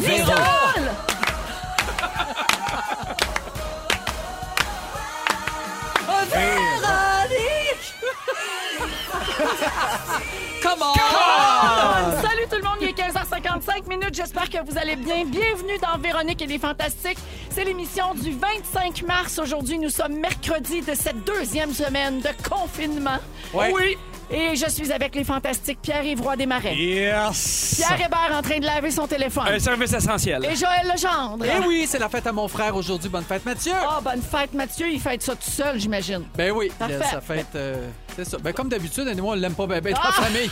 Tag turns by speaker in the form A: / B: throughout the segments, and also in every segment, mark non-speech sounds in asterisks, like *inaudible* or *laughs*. A: Véro.
B: Véronique!
A: Comment?
B: Salut tout le monde, il est 15h55 minutes. J'espère que vous allez bien. Bienvenue dans Véronique et les Fantastiques. C'est l'émission du 25 mars. Aujourd'hui, nous sommes mercredi de cette deuxième semaine de confinement.
A: Ouais.
B: Oui. Et je suis avec les Fantastiques Pierre-Yves Roy Desmarais.
A: Yes!
B: Pierre Hébert en train de laver son téléphone.
C: Euh,
D: Un service essentiel.
B: Et Joël Legendre.
D: Eh oui, c'est la fête à mon frère aujourd'hui. Bonne fête, Mathieu.
B: Ah, bonne fête, Mathieu. Il fait ça tout seul, j'imagine.
D: Ben oui,
B: Parfait.
D: sa fête, euh, c'est ça. Ben comme d'habitude, nous, on l'aime pas ben
C: Ah!
D: ben dans la famille.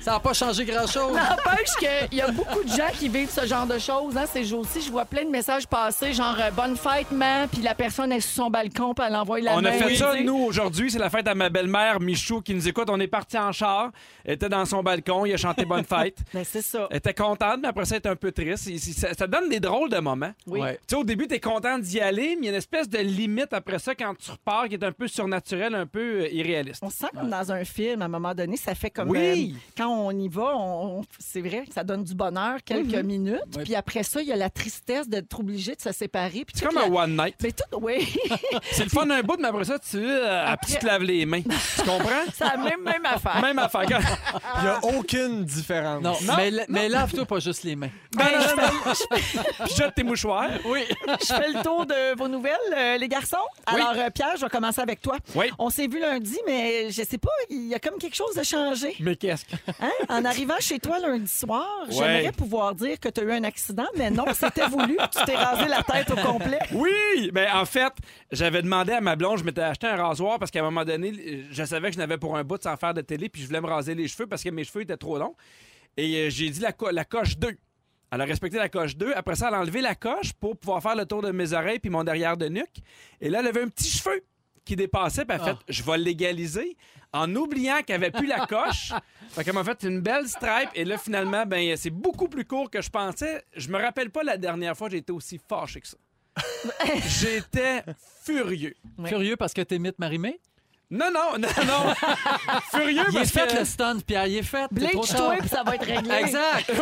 D: *laughs* ça n'a pas changé grand-chose.
B: N'empêche qu'il y a beaucoup de gens qui vivent ce genre de choses. Hein, ces jours-ci, je vois plein de messages passer, genre euh, bonne fête, man, puis la personne est sur son balcon, puis elle envoie la
C: On a
B: main,
C: fait
B: tu
C: ça,
B: sais.
C: nous, aujourd'hui. C'est la fête à ma belle-mère, Michou, qui nous écoute. On est parti en char. Elle était dans son balcon. Il a
B: *laughs*
C: chanté Bonne fête.
B: Ben, c'est ça.
C: Elle était contente, mais après ça, elle était un peu triste. Il- il- Ça, ça donne des drôles de moments.
B: Oui.
D: Ouais.
C: Tu sais, au début, t'es content d'y aller, mais il y a une espèce de limite après ça quand tu repars qui est un peu surnaturel, un peu euh, irréaliste.
B: On se sent comme dans un film, à un moment donné, ça fait comme...
C: Oui.
B: euh, quand on y va, on- on- c'est vrai, ça donne du bonheur quelques minutes,
D: Ouais.
B: puis après ça, il y a la tristesse d'être obligé de se séparer. puis
C: C'est
B: toute
C: comme un
B: la-
C: one night.
B: Mais tout, oui, *laughs*
C: C'est le fun d'un bout, mais après ça, tu, euh,
B: Après-
C: tu te laves les mains. Tu comprends?
B: *laughs* c'est la même, même affaire.
C: Même affaire.
B: Ben,
C: Quand-
A: Il n'y a aucune différence.
D: Non, mais, la- mais lave-toi pas juste les mains.
C: Non, Ben, non, non, non. Puis Jette tes mouchoirs.
D: Oui.
B: Je fais le tour de vos nouvelles, euh, les garçons. Alors, euh, Pierre, je vais commencer avec toi.
C: Oui.
B: On s'est vu lundi, mais je sais pas, il y a comme quelque chose de changé.
C: Mais qu'est-ce que.
B: Hein? En arrivant chez toi lundi soir,
C: Ouais.
B: j'aimerais pouvoir dire que tu as eu un accident, mais non, c'était voulu. Tu t'es rasé la tête au complet.
C: Oui! Mais en fait, j'avais demandé à ma blonde, je m'étais acheté un rasoir parce qu'à un moment donné, je savais que je n'avais pour un bout sans faire de télé, puis je voulais me raser les cheveux parce que mes cheveux étaient trop longs. Et euh, j'ai dit la, co- la coche 2. Elle a respecté la coche 2. Après ça, elle a enlevé la coche pour pouvoir faire le tour de mes oreilles puis mon derrière de nuque. Et là, elle avait un petit cheveu qui dépassait. Puis elle a fait, je vais l'égaliser en oubliant qu'elle avait plus la coche. fait qu'elle m'a fait une belle stripe. Et là, finalement, ben, c'est beaucoup plus court que je pensais. Je me rappelle pas la dernière fois que j'ai été aussi fâché que ça. J'étais furieux.
B: Ouais.
D: Curieux parce que t'imites Marimé.
C: Non, non, non, non. furieux
D: Il est
C: parce
D: fait
C: que
D: le stunt, Pierre. Il est fait. T'es trop
B: Blake-toi,
D: tard.
B: puis ça va être réglé.
D: Exact.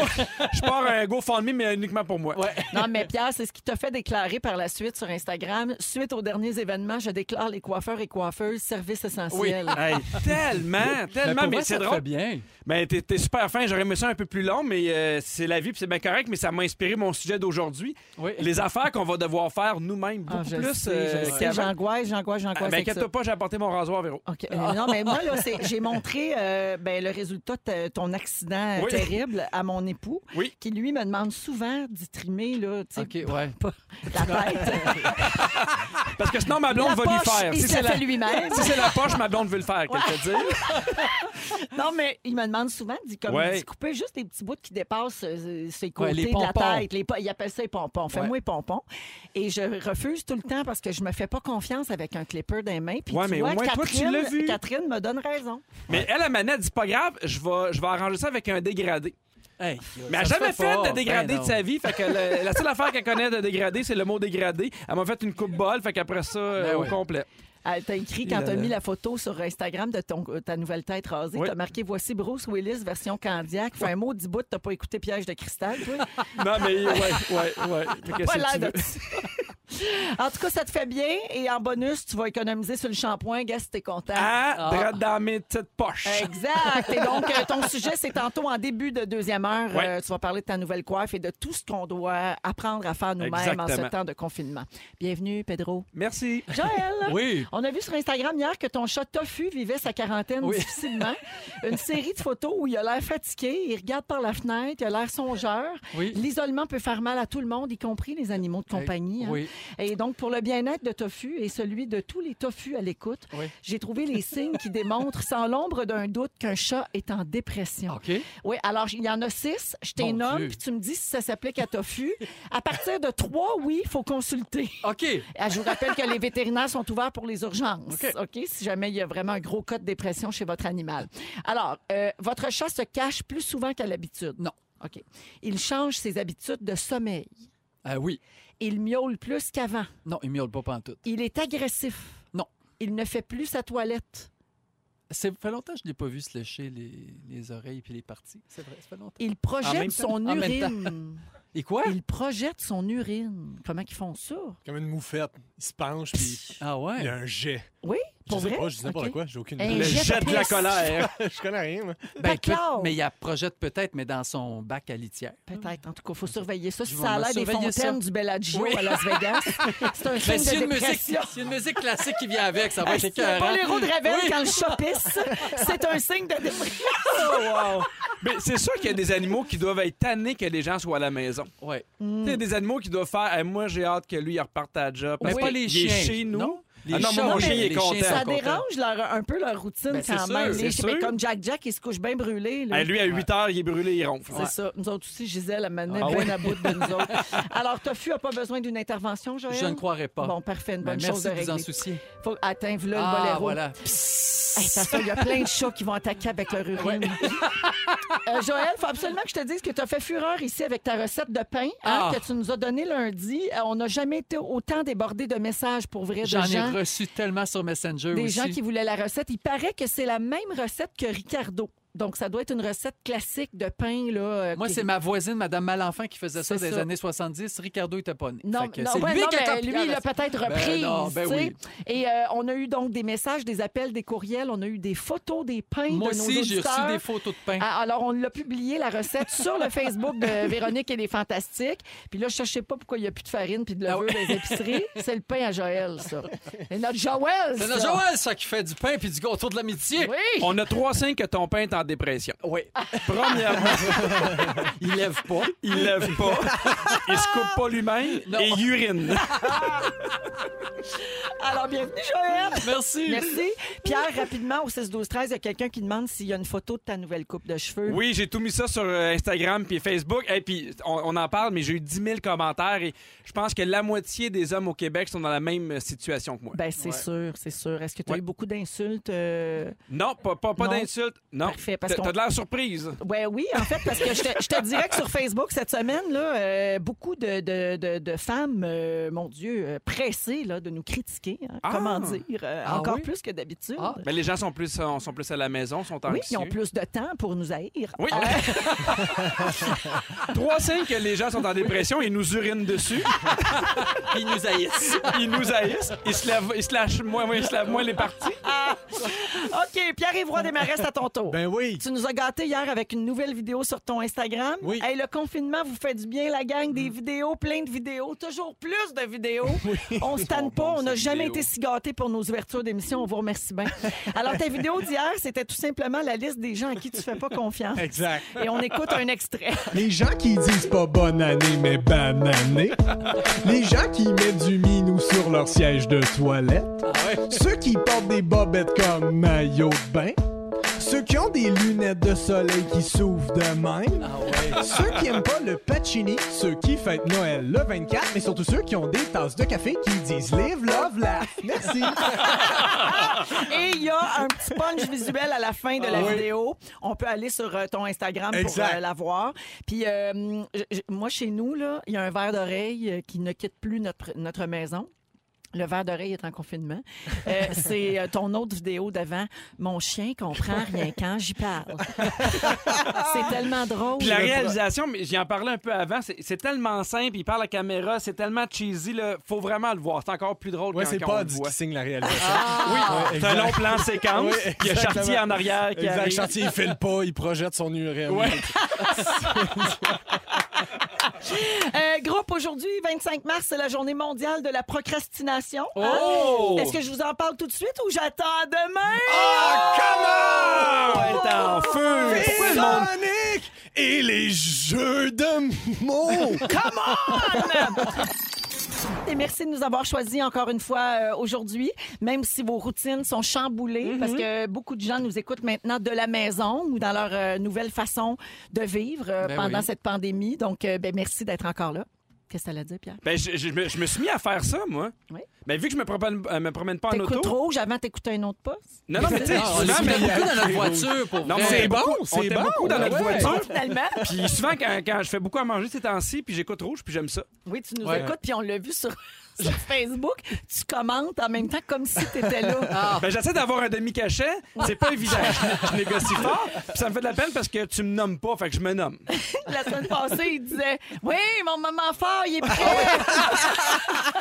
C: je pars un GoFundMe, mais uniquement pour moi.
D: Ouais.
B: Non, mais Pierre, c'est ce qui t'a fait déclarer par la suite sur Instagram. Suite aux derniers événements, je déclare les coiffeurs et coiffeuses service essentiel.
C: Hey, tellement,
D: Mais
C: tellement,
D: pour
C: mais
D: vrai,
C: c'est
D: ça te
C: drôle.
D: fait bien.
C: Ben, t'es t'es super fin, j'aurais aimé ça un peu plus long, mais euh, c'est la vie, puis c'est bien correct, mais ça m'a inspiré mon sujet d'aujourd'hui.
D: Oui.
C: Les affaires qu'on va devoir faire nous-mêmes,
B: Ah,
C: beaucoup
B: je le
C: plus.
B: sais,
C: euh,
B: je le sais.
C: qu'avant.
B: J'angoisse, j'angoisse, j'angoisse.
C: Ah, ben,
B: avec ça.
C: inquiète-toi pas, j'ai apporté mon rasoir, Véro.
B: OK. Euh, non, mais moi, là, c'est- j'ai montré euh, ben, le résultat de ton accident euh,
C: Oui.
B: terrible à mon époux,
C: Oui.
B: qui, lui, me demande souvent d'y trimer là, tu sais,
D: OK, ouais.
B: la
C: *laughs*
B: tête.
C: Parce que sinon, ma blonde
B: la
C: va
B: poche,
C: lui faire.
B: Il se
C: Si c'est
B: la
C: la...
B: fait lui-même.
C: si c'est la poche, ma blonde veut le faire, quelque dire.
B: non, mais il me demande souvent d'y comme,
C: Ouais.
B: d'y couper juste les petits bouts qui dépassent euh, ses côtés
D: Ouais, les
B: de la
D: pompons.
B: tête. Les, po- il appelle ça les pompons. Fais-moi les pompons. Et je refuse tout le temps parce que je me fais pas confiance avec un clipper dans les mains. Puis
C: Ouais,
B: tu
C: mais au
B: vois,
C: moins, toi, tu
B: Catherine-
C: l'as vu.
B: Catherine me donne raison.
C: Mais elle, la manette, dit pas grave, je vais, je vais arranger ça avec un dégradé.
D: Hey,
C: Mais elle
D: ça
C: n'a jamais
D: se pas.
C: fait de dégradé
D: Ben
C: de
D: non.
C: sa vie. Fait que le- la seule affaire qu'elle connaît de dégradé, c'est le mot dégradé. Elle m'a fait une coupe bol, fait qu'après ça, euh,
D: Ben
C: au
D: oui.
C: complet.
B: Elle t'a écrit
C: Et
B: quand
C: là
B: Ah, t'as
C: là.
B: mis la photo sur Instagram de ton, euh, ta nouvelle tête rasée.
C: Oui.
B: T'as marqué Voici Bruce Willis version Candiac. Fait un mot dix bouts, t'as pas écouté Piège de cristal, toi.
C: Non, mais ouais, ouais, ouais. Mais *laughs* qu'est-ce
B: pas
C: que
B: l'air
C: tu
B: de
C: veux?
B: en tout cas, ça te fait bien. Et en bonus, tu vas économiser sur le shampoing, gars, si t'es content.
C: Ah, drette dans mes petites poches.
B: Exact. Et donc, euh,
C: *laughs*
B: ton sujet, c'est tantôt en début de deuxième heure.
C: Ouais.
B: euh, tu vas parler de ta nouvelle coiffe et de tout ce qu'on doit apprendre à faire nous-mêmes en ce
C: Exactement.
B: temps de confinement. Bienvenue, Pedro.
C: Merci.
B: Joël!
D: Oui.
B: On a vu sur Instagram hier que ton chat Tofu vivait sa quarantaine
D: Oui. *laughs*
B: difficilement. Une série de photos où il a l'air fatigué, il regarde par la fenêtre, il a l'air songeur.
D: Oui.
B: L'isolement peut faire mal à tout le monde, y compris les animaux de compagnie. hein.
D: Oui.
B: Et donc, pour le bien-être de Tofu et celui de tous les Tofu à l'écoute,
D: Oui.
B: j'ai trouvé
D: *laughs*
B: les signes qui démontrent sans l'ombre d'un doute qu'un chat est en dépression.
D: OK.
B: Oui, alors il y en a six. Je t'ai
D: Ah. Mon
B: nomme,
D: Dieu.
B: puis tu me dis si ça s'applique à Tofu. À partir de trois, oui, il faut consulter.
D: OK.
B: Ah, Je vous rappelle que les vétérinaires sont ouverts pour les urgences. OK.
D: OK.
B: Si jamais il y a vraiment un gros cas de dépression chez votre animal. Alors, euh, votre chat se cache plus souvent qu'à l'habitude.
D: Non.
B: OK. Il change ses habitudes de sommeil.
D: Ah oui.
B: Il miaule plus qu'avant.
D: Non, il miaule pas pantoute.
B: Il est agressif.
D: Non.
B: Il ne fait plus sa toilette.
D: Ça fait longtemps que je ne l'ai pas vu se lécher les, les oreilles puis les parties. C'est vrai, ça fait longtemps.
B: Il
D: En même
B: projette
D: temps-
B: son
D: en même temps.
B: urine.
D: Et quoi?
B: Il projette son urine. Comment qu'ils font ça?
A: Comme une moufette. Il se penche, puis
D: Ah ouais?
A: il y a un jet.
B: Oui?
A: Je
B: Pour
A: sais
B: vrai?
A: pas, je dis n'importe
B: Ok.
A: quoi, j'ai aucune
B: Un
A: idée. *laughs*
C: Le
B: jet de
C: jet de la
B: pisse.
C: colère.
A: Je connais rien, moi.
D: Ben, peut-
B: Baclard.
D: mais il la projette peut-être, mais dans son bac à litière.
B: Peut-être. En tout cas, il faut surveiller ça. Si
D: Je vais
B: ça a
D: me
B: l'air des
D: surveiller
B: fontaines
D: ça.
B: du Bellagio
D: Oui.
B: à Las Vegas,
D: *laughs*
B: c'est un
D: Mais
B: signe
D: Ben, s'il y a
B: de
D: une musique,
B: dépression.
D: s'il y a une musique classique qui vient avec, ça va être
B: Hey, s'il y a
D: Ah écœurant.
B: pas l'héros de Ravel
D: Oui.
B: quand le chat
D: *laughs*
B: pisse, c'est un signe de dépression.
C: Oh, *laughs* Mais c'est sûr qu'il y a des animaux qui doivent être tannés que les gens soient à la maison.
D: Ouais.
B: Hmm.
C: Tu sais, des animaux qui doivent faire Hey, Moi, j'ai hâte que lui, il reparte à la job.
D: Mais
C: parce
D: pas
C: que
D: les
C: il est
D: chiens.
C: chez nous.
D: Non,
C: Ah non,
D: chiens,
C: mon
D: non,
C: chien,
D: mais
C: il est
D: les
C: content.
D: chiens sont
B: Ça
C: Super
B: dérange leur- un peu leur routine
D: Ben, c'est
B: quand
D: sûr,
B: même.
C: c'est
B: Les-
C: sûr.
B: mais comme Jack Jack, il se couche bien brûlé. là.
C: Hey, lui, à 8 heures, il est brûlé, il ronfle.
B: C'est ça. Nous autres aussi, Gisèle, elle menait
C: Ah
B: bien
C: ouais?
B: à bout de nous
D: *laughs*
B: autres. Alors, Tofu n'a pas besoin d'une intervention, Joël?
D: Je ne croirais pas.
B: Bon, parfait, une
D: Mais
B: bonne chose
D: merci
B: de
D: de vous en
B: régler.
D: soucier.
B: Faut... Attends, voilà le
D: ah,
B: boléro.
D: voilà.
B: Hey, ça il y a plein de chats qui vont attaquer avec leur urine. *laughs* Euh, Joël, faut absolument que je te dise que tu as fait fureur ici avec ta recette de pain hein,
D: Ah.
B: que tu nous as donnée lundi. Euh, on n'a jamais été autant débordé de messages pour vrai de
D: J'en ai
B: gens.
D: reçu tellement sur Messenger
B: Des
D: aussi.
B: gens qui voulaient la recette. Il paraît que c'est la même recette que Ricardo. Donc, ça doit être une recette classique de pain. Là, euh,
D: Moi,
B: qui-
D: c'est ma voisine, Madame Malenfant, qui faisait ça
B: C'est
D: des
B: ça.
D: années 70. Ricardo était pas né.
B: Non,
D: Fait que
B: non,
D: c'est
B: ouais,
D: lui
B: non,
D: qui a
B: mais
D: copié la
B: lui, il l'a
D: recette.
B: peut-être
D: Ben
B: reprise.
D: non, ben
B: tu sais.
D: oui.
B: Et euh, on a eu donc des messages, des appels, des courriels. On a eu des photos des pains
D: Moi
B: de nos
D: aussi, j'ai reçu
B: auditeurs.
D: des photos de pain.
B: Ah, Alors, on l'a publié, la recette, sur le Facebook de Véronique et les Fantastiques. Puis là, je cherchais pas pourquoi il n'y a plus de farine puis de
D: Ah
B: levure dans les épiceries. C'est le pain à Joël, ça. C'est notre Joël,
D: C'est
B: ça.
D: notre Joël, ça, qui fait du pain puis du gâteau de l'amitié.
B: Oui!
C: On a trois signes que ton pain est en dépression.
D: Oui.
C: Premièrement,
D: Il lève pas.
C: il lève pas, il se coupe pas lui-même
D: Non.
C: et il urine.
B: Alors, bienvenue, Joël!
D: Merci.
B: Merci. Pierre, rapidement, au 6-12-13, il y a quelqu'un qui demande s'il y a une photo de ta nouvelle coupe de cheveux.
C: Oui, j'ai tout mis ça sur euh, Instagram puis Facebook. Et puis, on, on en parle, mais j'ai eu 10 000 commentaires et je pense que la moitié des hommes au Québec sont dans la même euh, situation que moi.
B: Ben, c'est sûr, c'est sûr. Est-ce que tu as
C: Ouais.
B: eu beaucoup d'insultes? euh,
C: Non, pas, pas, pas
B: Non.
C: d'insultes. Non.
B: Parfait, parce
C: T'as
B: qu'on-
C: t'as de l'air surprise.
B: Ouais, oui, en fait, parce que je te, je te dirais que sur Facebook, cette semaine, là, euh, beaucoup de, de- de- de femmes, euh, mon Dieu, euh, pressées là, de nous critiquer. hein.
C: Ah!
B: Comment dire? euh,
D: Ah
B: encore
D: oui?
B: plus que d'habitude.
D: Ah,
C: Mais les gens sont plus, sont, sont plus à la maison, sont
B: oui, ils
C: anxieux.
B: ont plus de temps pour nous haïr.
C: Oui. *laughs* Trois signes que les gens sont en dépression, ils nous urinent dessus,
D: Ils nous haïssent.
C: ils nous haïssent, ils se lavent, ils se lâchent moins, ils se lavent moins les parties.
B: OK, Pierre-Yves Roy Desmarais, c'est à ton tour.
A: Ben oui.
B: Tu nous as gâtés hier avec une nouvelle vidéo sur ton Instagram.
A: Oui.
B: Hey, le confinement vous fait du bien, la gang. Des vidéos, plein de vidéos, toujours plus de vidéos. On se tanne pas, on n'a jamais
C: vidéo.
B: été si gâtés pour nos ouvertures d'émissions. On vous remercie bien. Alors, ta vidéo d'hier, c'était tout simplement la liste des gens à qui tu fais pas confiance.
A: Exact.
B: Et on écoute un extrait.
E: *laughs* Les gens qui disent pas bonne année mais bananée. Les gens qui mettent du minou sur leur siège de toilette.
A: Ah
E: Ceux qui portent des bobettes comme maillot de bain. Ceux qui ont des lunettes de soleil qui s'ouvrent de même. Ceux qui aiment pas le Pacini. Ceux qui fêtent Noël le 24. Mais surtout ceux qui ont des tasses de café qui disent Live, love, laugh. Merci.
B: Et il y a un petit punch visuel à la fin
C: Ah
B: de la vidéo. On peut aller sur euh, ton Instagram
A: Exact.
B: pour euh, la voir. Puis euh, je- je- moi, chez nous, là, il y a un verre d'oreille euh, qui ne quitte plus notre, notre maison. Le verre d'oreille est en confinement.
C: *laughs*
B: Euh, c'est euh, ton autre vidéo d'avant. Mon chien comprend rien quand j'y parle.
C: *laughs*
B: c'est tellement drôle.
C: Puis la réalisation, mais j'en parlais un peu avant, c'est c'est tellement simple, il parle à la caméra, c'est tellement cheesy, là, faut vraiment le voir. C'est encore plus drôle
A: Ouais,
C: quand,
A: c'est
C: quand on
A: pas
C: le
A: du
C: voit.
A: qui signe la réalisation.
C: Oui, c'est un
A: *laughs*
C: long plan séquence.
A: Oui,
C: il y a
A: exactement.
C: Chartier en arrière qui
A: Exact,
C: arrive.
A: Chartier, il file pas, il projette son URL. *laughs*
C: Ouais.
B: Euh, groupe, aujourd'hui, 25 mars, c'est la journée mondiale de la procrastination. hein?
C: Oh!
B: Est-ce que je vous en parle tout de suite ou j'attends demain?
C: Ah, comment? Elle est en feu! Pourquoi le monde-
A: Véronique et les jeux de mots.
B: Et merci de nous avoir choisis encore une fois euh, aujourd'hui, même si vos routines sont chamboulées, parce
D: Mm-hmm.
B: que beaucoup de gens nous écoutent maintenant de la maison ou dans leur euh, nouvelle façon de vivre euh,
D: Ben
B: pendant
D: oui.
B: cette pandémie. Donc, euh, ben, merci d'être encore là. Qu'est-ce que ça l'a dit, Pierre?
C: Ben, je, je me, je me suis mis à faire ça, moi.
B: Oui.
C: Mais vu que je me promène, euh, me promène pas en auto.
B: T'écoutes trop, avant t'écoutais un autre poste.
C: Non, non, mais tu sais,
D: Non, Ah, on les
C: souvent, mais-
D: met beaucoup dans notre voiture pour
C: Non, mais
D: vrai.
C: c'est bon, c'est bon. beaucoup dans notre
D: Eh
A: Ouais.
C: voiture.
B: Finalement,
C: Puis souvent, quand, quand je fais beaucoup à manger ces temps-ci, puis j'écoute rouge, puis j'aime ça.
B: oui, tu nous
D: Ouais. *laughs*
B: écoutes, puis on l'a vu sur, sur Facebook, tu commentes en même temps comme si tu étais là.
D: Ah.
C: Ben, j'essaie d'avoir un demi-cachet, c'est pas évident. je négocie fort, puis ça me fait de la peine parce que tu me nommes pas, fait que je me nomme.
B: La semaine passée, il disait Oui, mon moment fort, il est
D: Ah
B: prêt.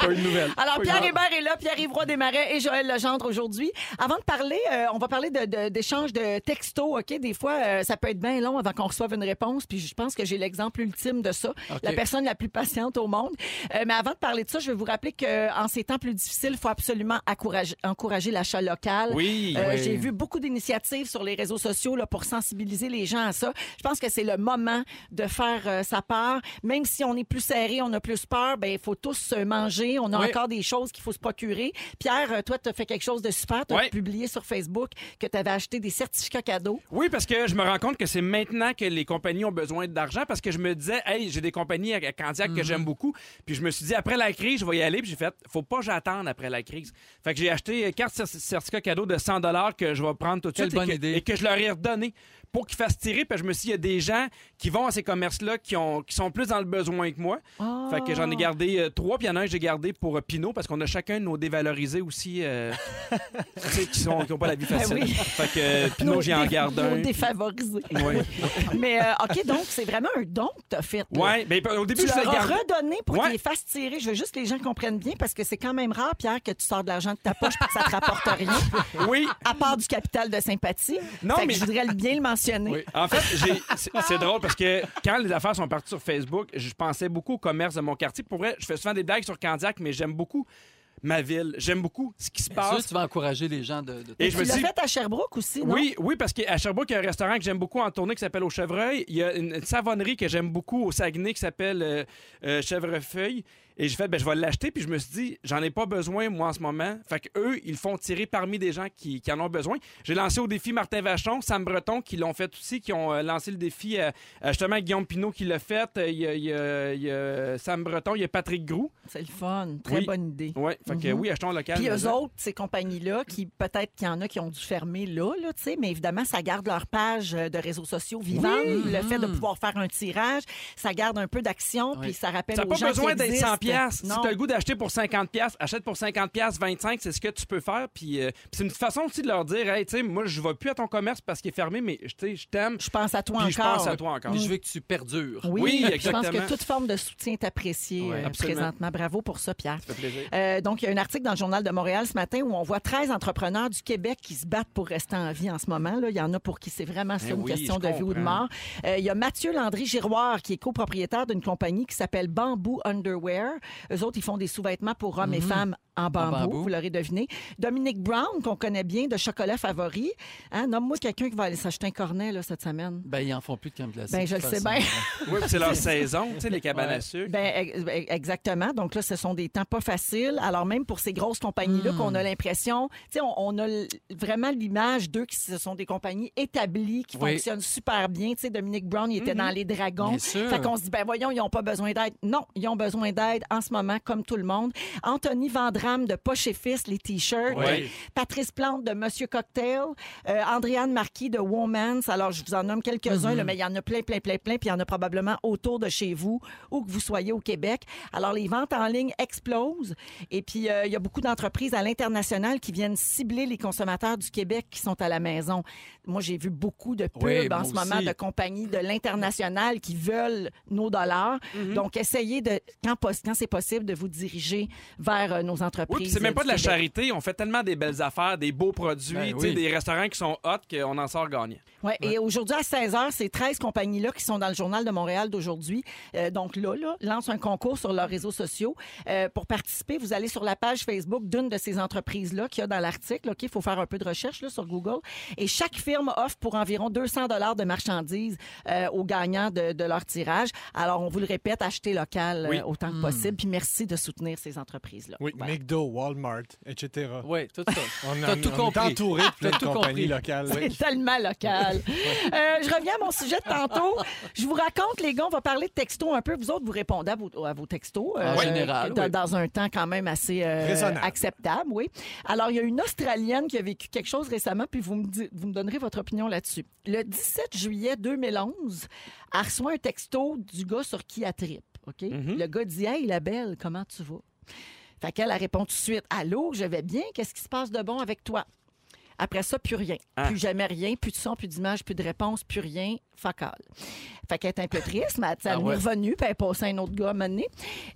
C: Pas une nouvelle.
B: *laughs* Alors, Pierre Hébert est là, Pierre Yvroy Desmarais et Joël Legendre aujourd'hui. Avant de parler, euh, on va parler de- de- d'échanges de, textos, OK? Des fois, euh, ça peut être bien long avant qu'on reçoive une réponse, puis je pense que j'ai l'exemple ultime de ça. La personne la plus patiente au monde. Euh, mais avant de parler de ça, je vais vous rappeler qu'en ces temps plus difficiles, il faut absolument encourager, encourager l'achat local.
C: Oui.
B: Euh,
C: Oui.
B: J'ai vu beaucoup d'initiatives sur les réseaux sociaux là, pour sensibiliser les gens à ça. Je pense que c'est le moment de faire euh, sa part. Même si on est plus serré, on a plus peur, ben il faut tous euh, manger. On a
D: Oui.
B: encore des choses qu'il faut se procurer. Pierre, euh, toi, tu as fait quelque chose de super. Tu as
C: Oui.
B: publié sur Facebook que tu avais acheté des certificats cadeaux.
C: Oui, parce que je me rends compte que c'est maintenant que les compagnies ont besoin d'argent parce que je me disais, hey, j'ai des compagnies à à Candiac que j'aime beaucoup. Puis je me suis dit, après la crise, je vais y aller. Puis j'ai fait, faut pas que j'attende après la crise. Fait que j'ai acheté quatre cer- certificats cadeaux de 100 que je vais prendre tout de
D: Quelle
C: suite et
D: bonne
C: que,
D: idée.
C: et que je leur ai redonné pour qu'ils fassent tirer. Puis je me suis dit, il y a des gens qui vont à ces commerces-là qui, ont, qui sont plus dans le besoin que moi. Ah. Fait que
B: Ah.
C: j'en ai gardé euh, trois. Puis il y en a un que j'ai gardé pour euh, Pinot parce qu'on a chacun nos dévalorisés aussi
B: *laughs*
C: euh, tu sais, qui n'ont pas la vie facile.
B: Ben oui.
C: Fait que euh, Pinot,
B: Nos
C: j'en
B: dé-
C: garde
B: nos
C: un. *laughs*
B: défavorisés.
C: Oui.
B: Mais euh, OK, donc, c'est vraiment un don que tu as fait. là.
C: Ouais, ben, au début,
B: Tu
C: je
B: leur
C: le
B: as
C: gardais.
B: redonné pour
C: Ouais.
B: qu'ils les fassent tirer. Je veux juste que les gens comprennent bien parce que c'est quand même rare, Pierre, que tu sors de l'argent de ta poche et que ça te rapporte rien,
C: Oui.
B: à part du capital de sympathie.
C: Non,
B: Fait que
C: mais-
B: je voudrais le- bien le mentionner.
C: En
B: *laughs*
C: fait, j'ai- c'est- c'est drôle parce que quand les affaires sont parties sur Facebook, je pensais beaucoup au commerce de mon quartier. Pour vrai, je fais souvent des blagues sur Candiac, mais j'aime beaucoup ma ville. J'aime beaucoup ce qui se
D: Bien sûr,
C: passe.
D: tu vas encourager les gens de. de-
C: Et je
B: Tu
C: me
B: l'as
C: suis
B: fait à Sherbrooke aussi, non?
C: Oui, oui, parce qu'à Sherbrooke, il y a un restaurant que j'aime beaucoup en tournée qui s'appelle Au Chevreuil. Il y a une, une savonnerie que j'aime beaucoup au Saguenay qui s'appelle euh, euh, Chevrefeuille. Et j'ai fait, ben, je vais l'acheter. Puis je me suis dit, j'en ai pas besoin, moi, en ce moment. Fait que eux, ils font tirer parmi des gens qui, qui en ont besoin. J'ai lancé au défi Martin Vachon, Sam Breton, qui l'ont fait aussi, qui ont euh, lancé le défi à, à justement Guillaume Pinault qui l'a fait. Euh, Il y, a- il y a- il y a Sam Breton, il y a Patrick Groux.
B: C'est le fun. Très
C: Oui.
B: bonne idée.
C: Ouais, fait que
B: Mhm.
C: oui, achetons local.
B: Puis eux
C: maison.
B: autres, ces compagnies-là, qui peut-être qu'il y en a qui ont dû fermer là, là tu sais, mais évidemment, ça garde leur page euh, de réseaux sociaux vivante. Le fait
C: Mm.
B: de pouvoir faire un tirage, ça garde un peu d'action, puis ça rappelle
C: T'as
B: aux
C: pas
B: gens
C: besoin
B: qu'il
C: d'être
B: existe.
C: 100 pièces. Si
B: Non.
C: t'as le goût d'acheter pour 50 pièces, achète pour 50 pièces, 25, c'est ce que tu peux faire. Puis euh, puis c'est une façon aussi de leur dire, hey, tu sais, moi je vais plus à ton commerce parce qu'il est fermé, mais je tu sais, je t'aime.
B: Je pense à toi
C: Puis
B: encore.
C: je pense à toi encore.
D: Puis je veux que tu perdures.
B: Oui,
C: Oui,
B: je pense que
C: exactement.
B: toute forme de soutien est appréciée
C: Ouais,
B: euh,
C: absolument.
B: présentement. Bravo pour ça, Pierre.
C: Ça fait plaisir.
B: Euh, donc, il y a un article dans le Journal de Montréal ce matin où on voit 13 entrepreneurs du Québec qui se battent pour rester en vie en ce moment. Là. Il y en a pour qui c'est vraiment ça,
C: Ben
B: une
C: oui,
B: question
C: je
B: de vie ou de
C: comprends.
B: mort. Euh, il y a Mathieu Landry Giroir qui est copropriétaire d'une compagnie qui s'appelle Bamboo Underwear. Eux autres, ils font des sous-vêtements pour hommes et
C: Mhm.
B: femmes en bambou,
D: bambou.
B: vous l'aurez deviné. Dominique Brown, qu'on connaît bien, de Chocolat Favori. Hein, Nomme-moi quelqu'un qui va aller s'acheter un cornet là, cette semaine.
D: Ben, ils en font plus de crème glacée.
B: Ben,
D: de
B: je le
D: toute
B: sais
D: façon.
B: bien.
C: Oui, puis c'est leur saison, tu sais, les cabanes
D: Ouais.
C: à sucre.
B: Ben, ex- ben, exactement. Donc là, ce sont des temps pas faciles. Alors même pour ces grosses
D: Hmm.
B: compagnies-là, qu'on a l'impression, tu sais, on, on a l- vraiment l'image d'eux qui ce sont des compagnies établies, qui
D: Oui. Mm-hmm.
B: fonctionnent super bien. Tu sais, Dominique Brown, il était dans les Dragons.
D: Bien sûr.
B: Fait qu'on se dit, ben voyons, ils n'ont pas besoin d'aide. Non, ils ont besoin d'aide en ce moment, comme tout le monde. Anthony Vandram de Poche et Fils, les T-shirts.
C: Oui.
B: Patrice Plante de Monsieur Cocktail. Euh, Andréane Marquis de Woman's. Alors, je vous en nomme quelques-uns,
D: Mm-hmm.
B: là, mais il y en a plein, plein, plein, plein. Puis il y en a probablement autour de chez vous, où que vous soyez au Québec. Alors, les ventes en ligne explosent. Et puis, euh, il y a beaucoup d'entreprises à l'international qui viennent cibler les consommateurs du Québec qui sont à la maison. Moi, j'ai vu beaucoup de pubs
D: Oui,
B: en
D: moi
B: ce moment
D: aussi.
B: de compagnies de l'international qui veulent nos dollars.
C: Mhm.
B: Donc, essayez de, quand, pos- quand c'est possible, de vous diriger vers euh, nos entreprises.
C: Oui, puis c'est même
B: euh,
C: pas
B: du
C: de la
B: Québec.
C: charité. On fait tellement des belles affaires, des beaux produits,
D: Ben
C: tu sais,
D: oui.
C: des restaurants qui sont hot qu'on en sort gagnant.
B: Ouais, Et aujourd'hui, à 16 h, ces 13 compagnies-là qui sont dans le Journal de Montréal d'aujourd'hui, euh, donc là, là, lancent un concours sur leurs réseaux sociaux. Euh, pour participer, vous allez sur la page Facebook d'une de ces entreprises-là qu'il y a dans l'article. OK, il faut faire un peu de recherche là, sur Google. Et chaque firme offre pour environ 200 dollars de marchandises euh, aux gagnants de, de leur tirage. Alors, on vous le répète, achetez local euh,
C: Oui.
B: autant que possible. Puis merci de soutenir ces entreprises-là.
E: Oui,
B: Voilà.
E: McDo, Walmart, etc.
D: Oui, tout ça.
E: On, a-
D: T'as tout
E: on
D: compris.
E: est entouré de plein
D: T'as
E: de
D: tout
E: compagnies
D: compris.
E: locales. Ah,
B: C'est *laughs* tellement local. Euh, je reviens à mon sujet de tantôt. Je vous raconte, les gars, on va parler de textos un peu. Vous autres, vous répondez à vos, à vos textos. euh,
D: En général,
B: Dans,
D: oui.
B: dans un temps quand même assez euh,
E: Raisonnable.
B: acceptable, oui. Alors, il y a une Australienne qui a vécu quelque chose récemment, puis vous me, di- vous me donnerez votre opinion là-dessus. Le 17 juillet 2011, elle reçoit un texto du gars sur qui elle tripe. OK?
D: Mhm.
B: Le gars dit Hey, la belle, comment tu vas? Fait qu'elle elle répond tout de suite Allô, je vais bien, qu'est-ce qui se passe de bon avec toi? Après ça, plus rien.
D: Ah.
B: Plus jamais rien, plus de son, plus d'image, plus de réponse, plus rien. Facal. Fait qu'elle est un peu triste, mais elle, elle
D: Ah ouais.
B: est revenue, puis elle est passée à un autre gars à un moment donné.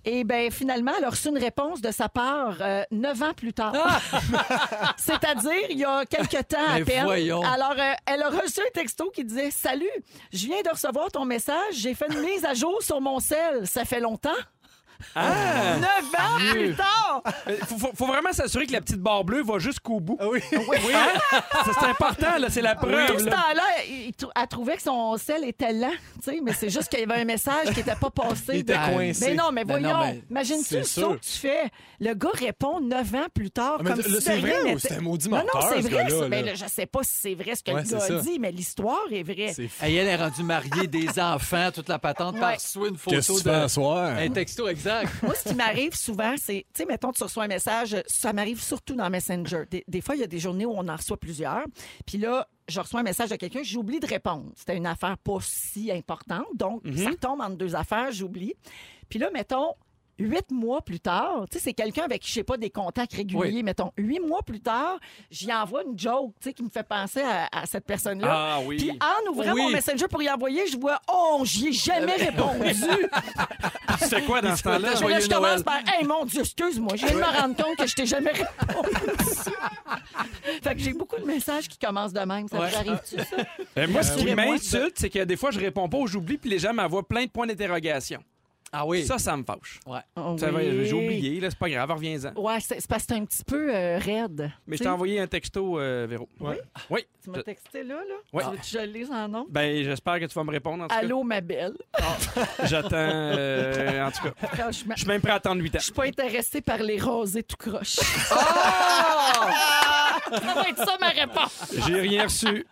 B: Et bien, finalement, elle a reçu une réponse de sa part euh, neuf ans plus tard. *laughs* C'est-à-dire, il y a quelques temps à
D: Ah! Mais
B: peine.
D: voyons.
B: Alors, euh, elle a reçu un texto qui disait Salut, je viens de recevoir ton message, j'ai fait une mise à jour sur mon sel. Ça fait longtemps.
C: Ah!
B: Neuf ans plus tard!
C: Euh, Faut, faut- faut vraiment s'assurer que la petite barre bleue va jusqu'au bout.
E: oui.
C: Oui, hein? Ça, c'est important, là, c'est la
B: Tout
C: preuve.
B: ce
C: là.
B: temps-là, il- il trou- elle trouvait que son sel était lent, tu sais, mais c'est juste qu'il y avait un message qui n'était pas passé.
E: Il était
B: de-
E: coincé.
B: Mais non, mais
D: Ben
B: voyons,
D: non, mais
B: imagine-tu
E: c'est
B: le
E: sûr.
B: saut que tu fais. Le gars répond neuf ans plus tard,
E: Ah, mais
B: comme
E: là,
B: si de
E: c'est vrai
B: rien
E: ou
B: n'était-
E: c'est un maudit
B: Non, non,
E: menteur,
B: c'est
E: ce
B: vrai.
E: gars-là,
B: ça. Mais
E: là.
B: là, je sais pas si c'est vrai ce que
E: Ouais,
B: le
E: c'est
B: gars
E: ça.
B: a dit, mais l'histoire est vraie.
E: C'est fou.
D: Hey, elle est rendue mariée, des enfants, toute la patente,
B: Ouais.
D: par sous une
E: Qu'est-ce que
D: photo
E: tu fais à
D: de...
E: soir?
D: Un texto exact.
B: Moi, ce qui m'arrive souvent, c'est, tu sais, mettons, tu reçois un message, ça m'arrive surtout dans Messenger. Des, des fois, il y a des journées où on en reçoit plusieurs. Puis là, je reçois un message de quelqu'un, j'oublie de répondre. C'était une affaire pas si importante. Donc, ça tombe entre deux affaires, j'oublie. Puis là, mettons, huit mois plus tard, tu sais, c'est quelqu'un avec qui je sais pas des contacts réguliers.
D: Oui.
B: Mettons, huit mois plus tard, j'y envoie une joke, tu sais, qui me fait penser à, à cette personne-là.
C: Ah oui.
B: Puis en ouvrant
D: Oui.
B: mon Messenger pour y envoyer, je vois, oh, j'y ai jamais répondu.
C: Tu fais quoi dans ce temps-là?
D: Là,
B: Mais là,
D: Joyeux
B: je commence
D: Noël.
B: par Hey mon Dieu, excuse-moi, je viens de me rendre compte que je t'ai jamais répondu. fait que j'ai beaucoup de messages qui commencent de même. Ça
D: Ouais.
B: vous arrive-tu, ça?
C: Ben, moi, ce qui
B: Excusez-moi,
C: m'insulte, c'est que des fois, je réponds pas ou j'oublie, puis les gens m'envoient plein de points d'interrogation.
D: Ah oui.
C: Ça, ça me fâche.
D: Ouais.
B: Oh,
C: Ah. Ça va,
B: oui.
C: J'ai oublié, là, c'est pas grave, reviens-en.
B: Ouais, c'est c'est parce que c'est un petit peu euh, raide.
C: Mais
B: Tu
C: je t'ai
B: sais,
C: envoyé un texto, euh, Véro. Oui. Oui.
B: Tu m'as texté là, là?
C: Ouais.
B: Tu veux que je le lise en nom?
C: Ben, j'espère que tu vas me répondre, en tout
B: Allô, ma belle.
C: cas. J'attends, euh, en tout cas.
B: Franchement,
C: Je suis même prêt à attendre 8 ans.
B: je suis pas intéressée par les rosés tout croche.
C: Ah!
B: ça va être ça ma réponse.
C: J'ai rien reçu.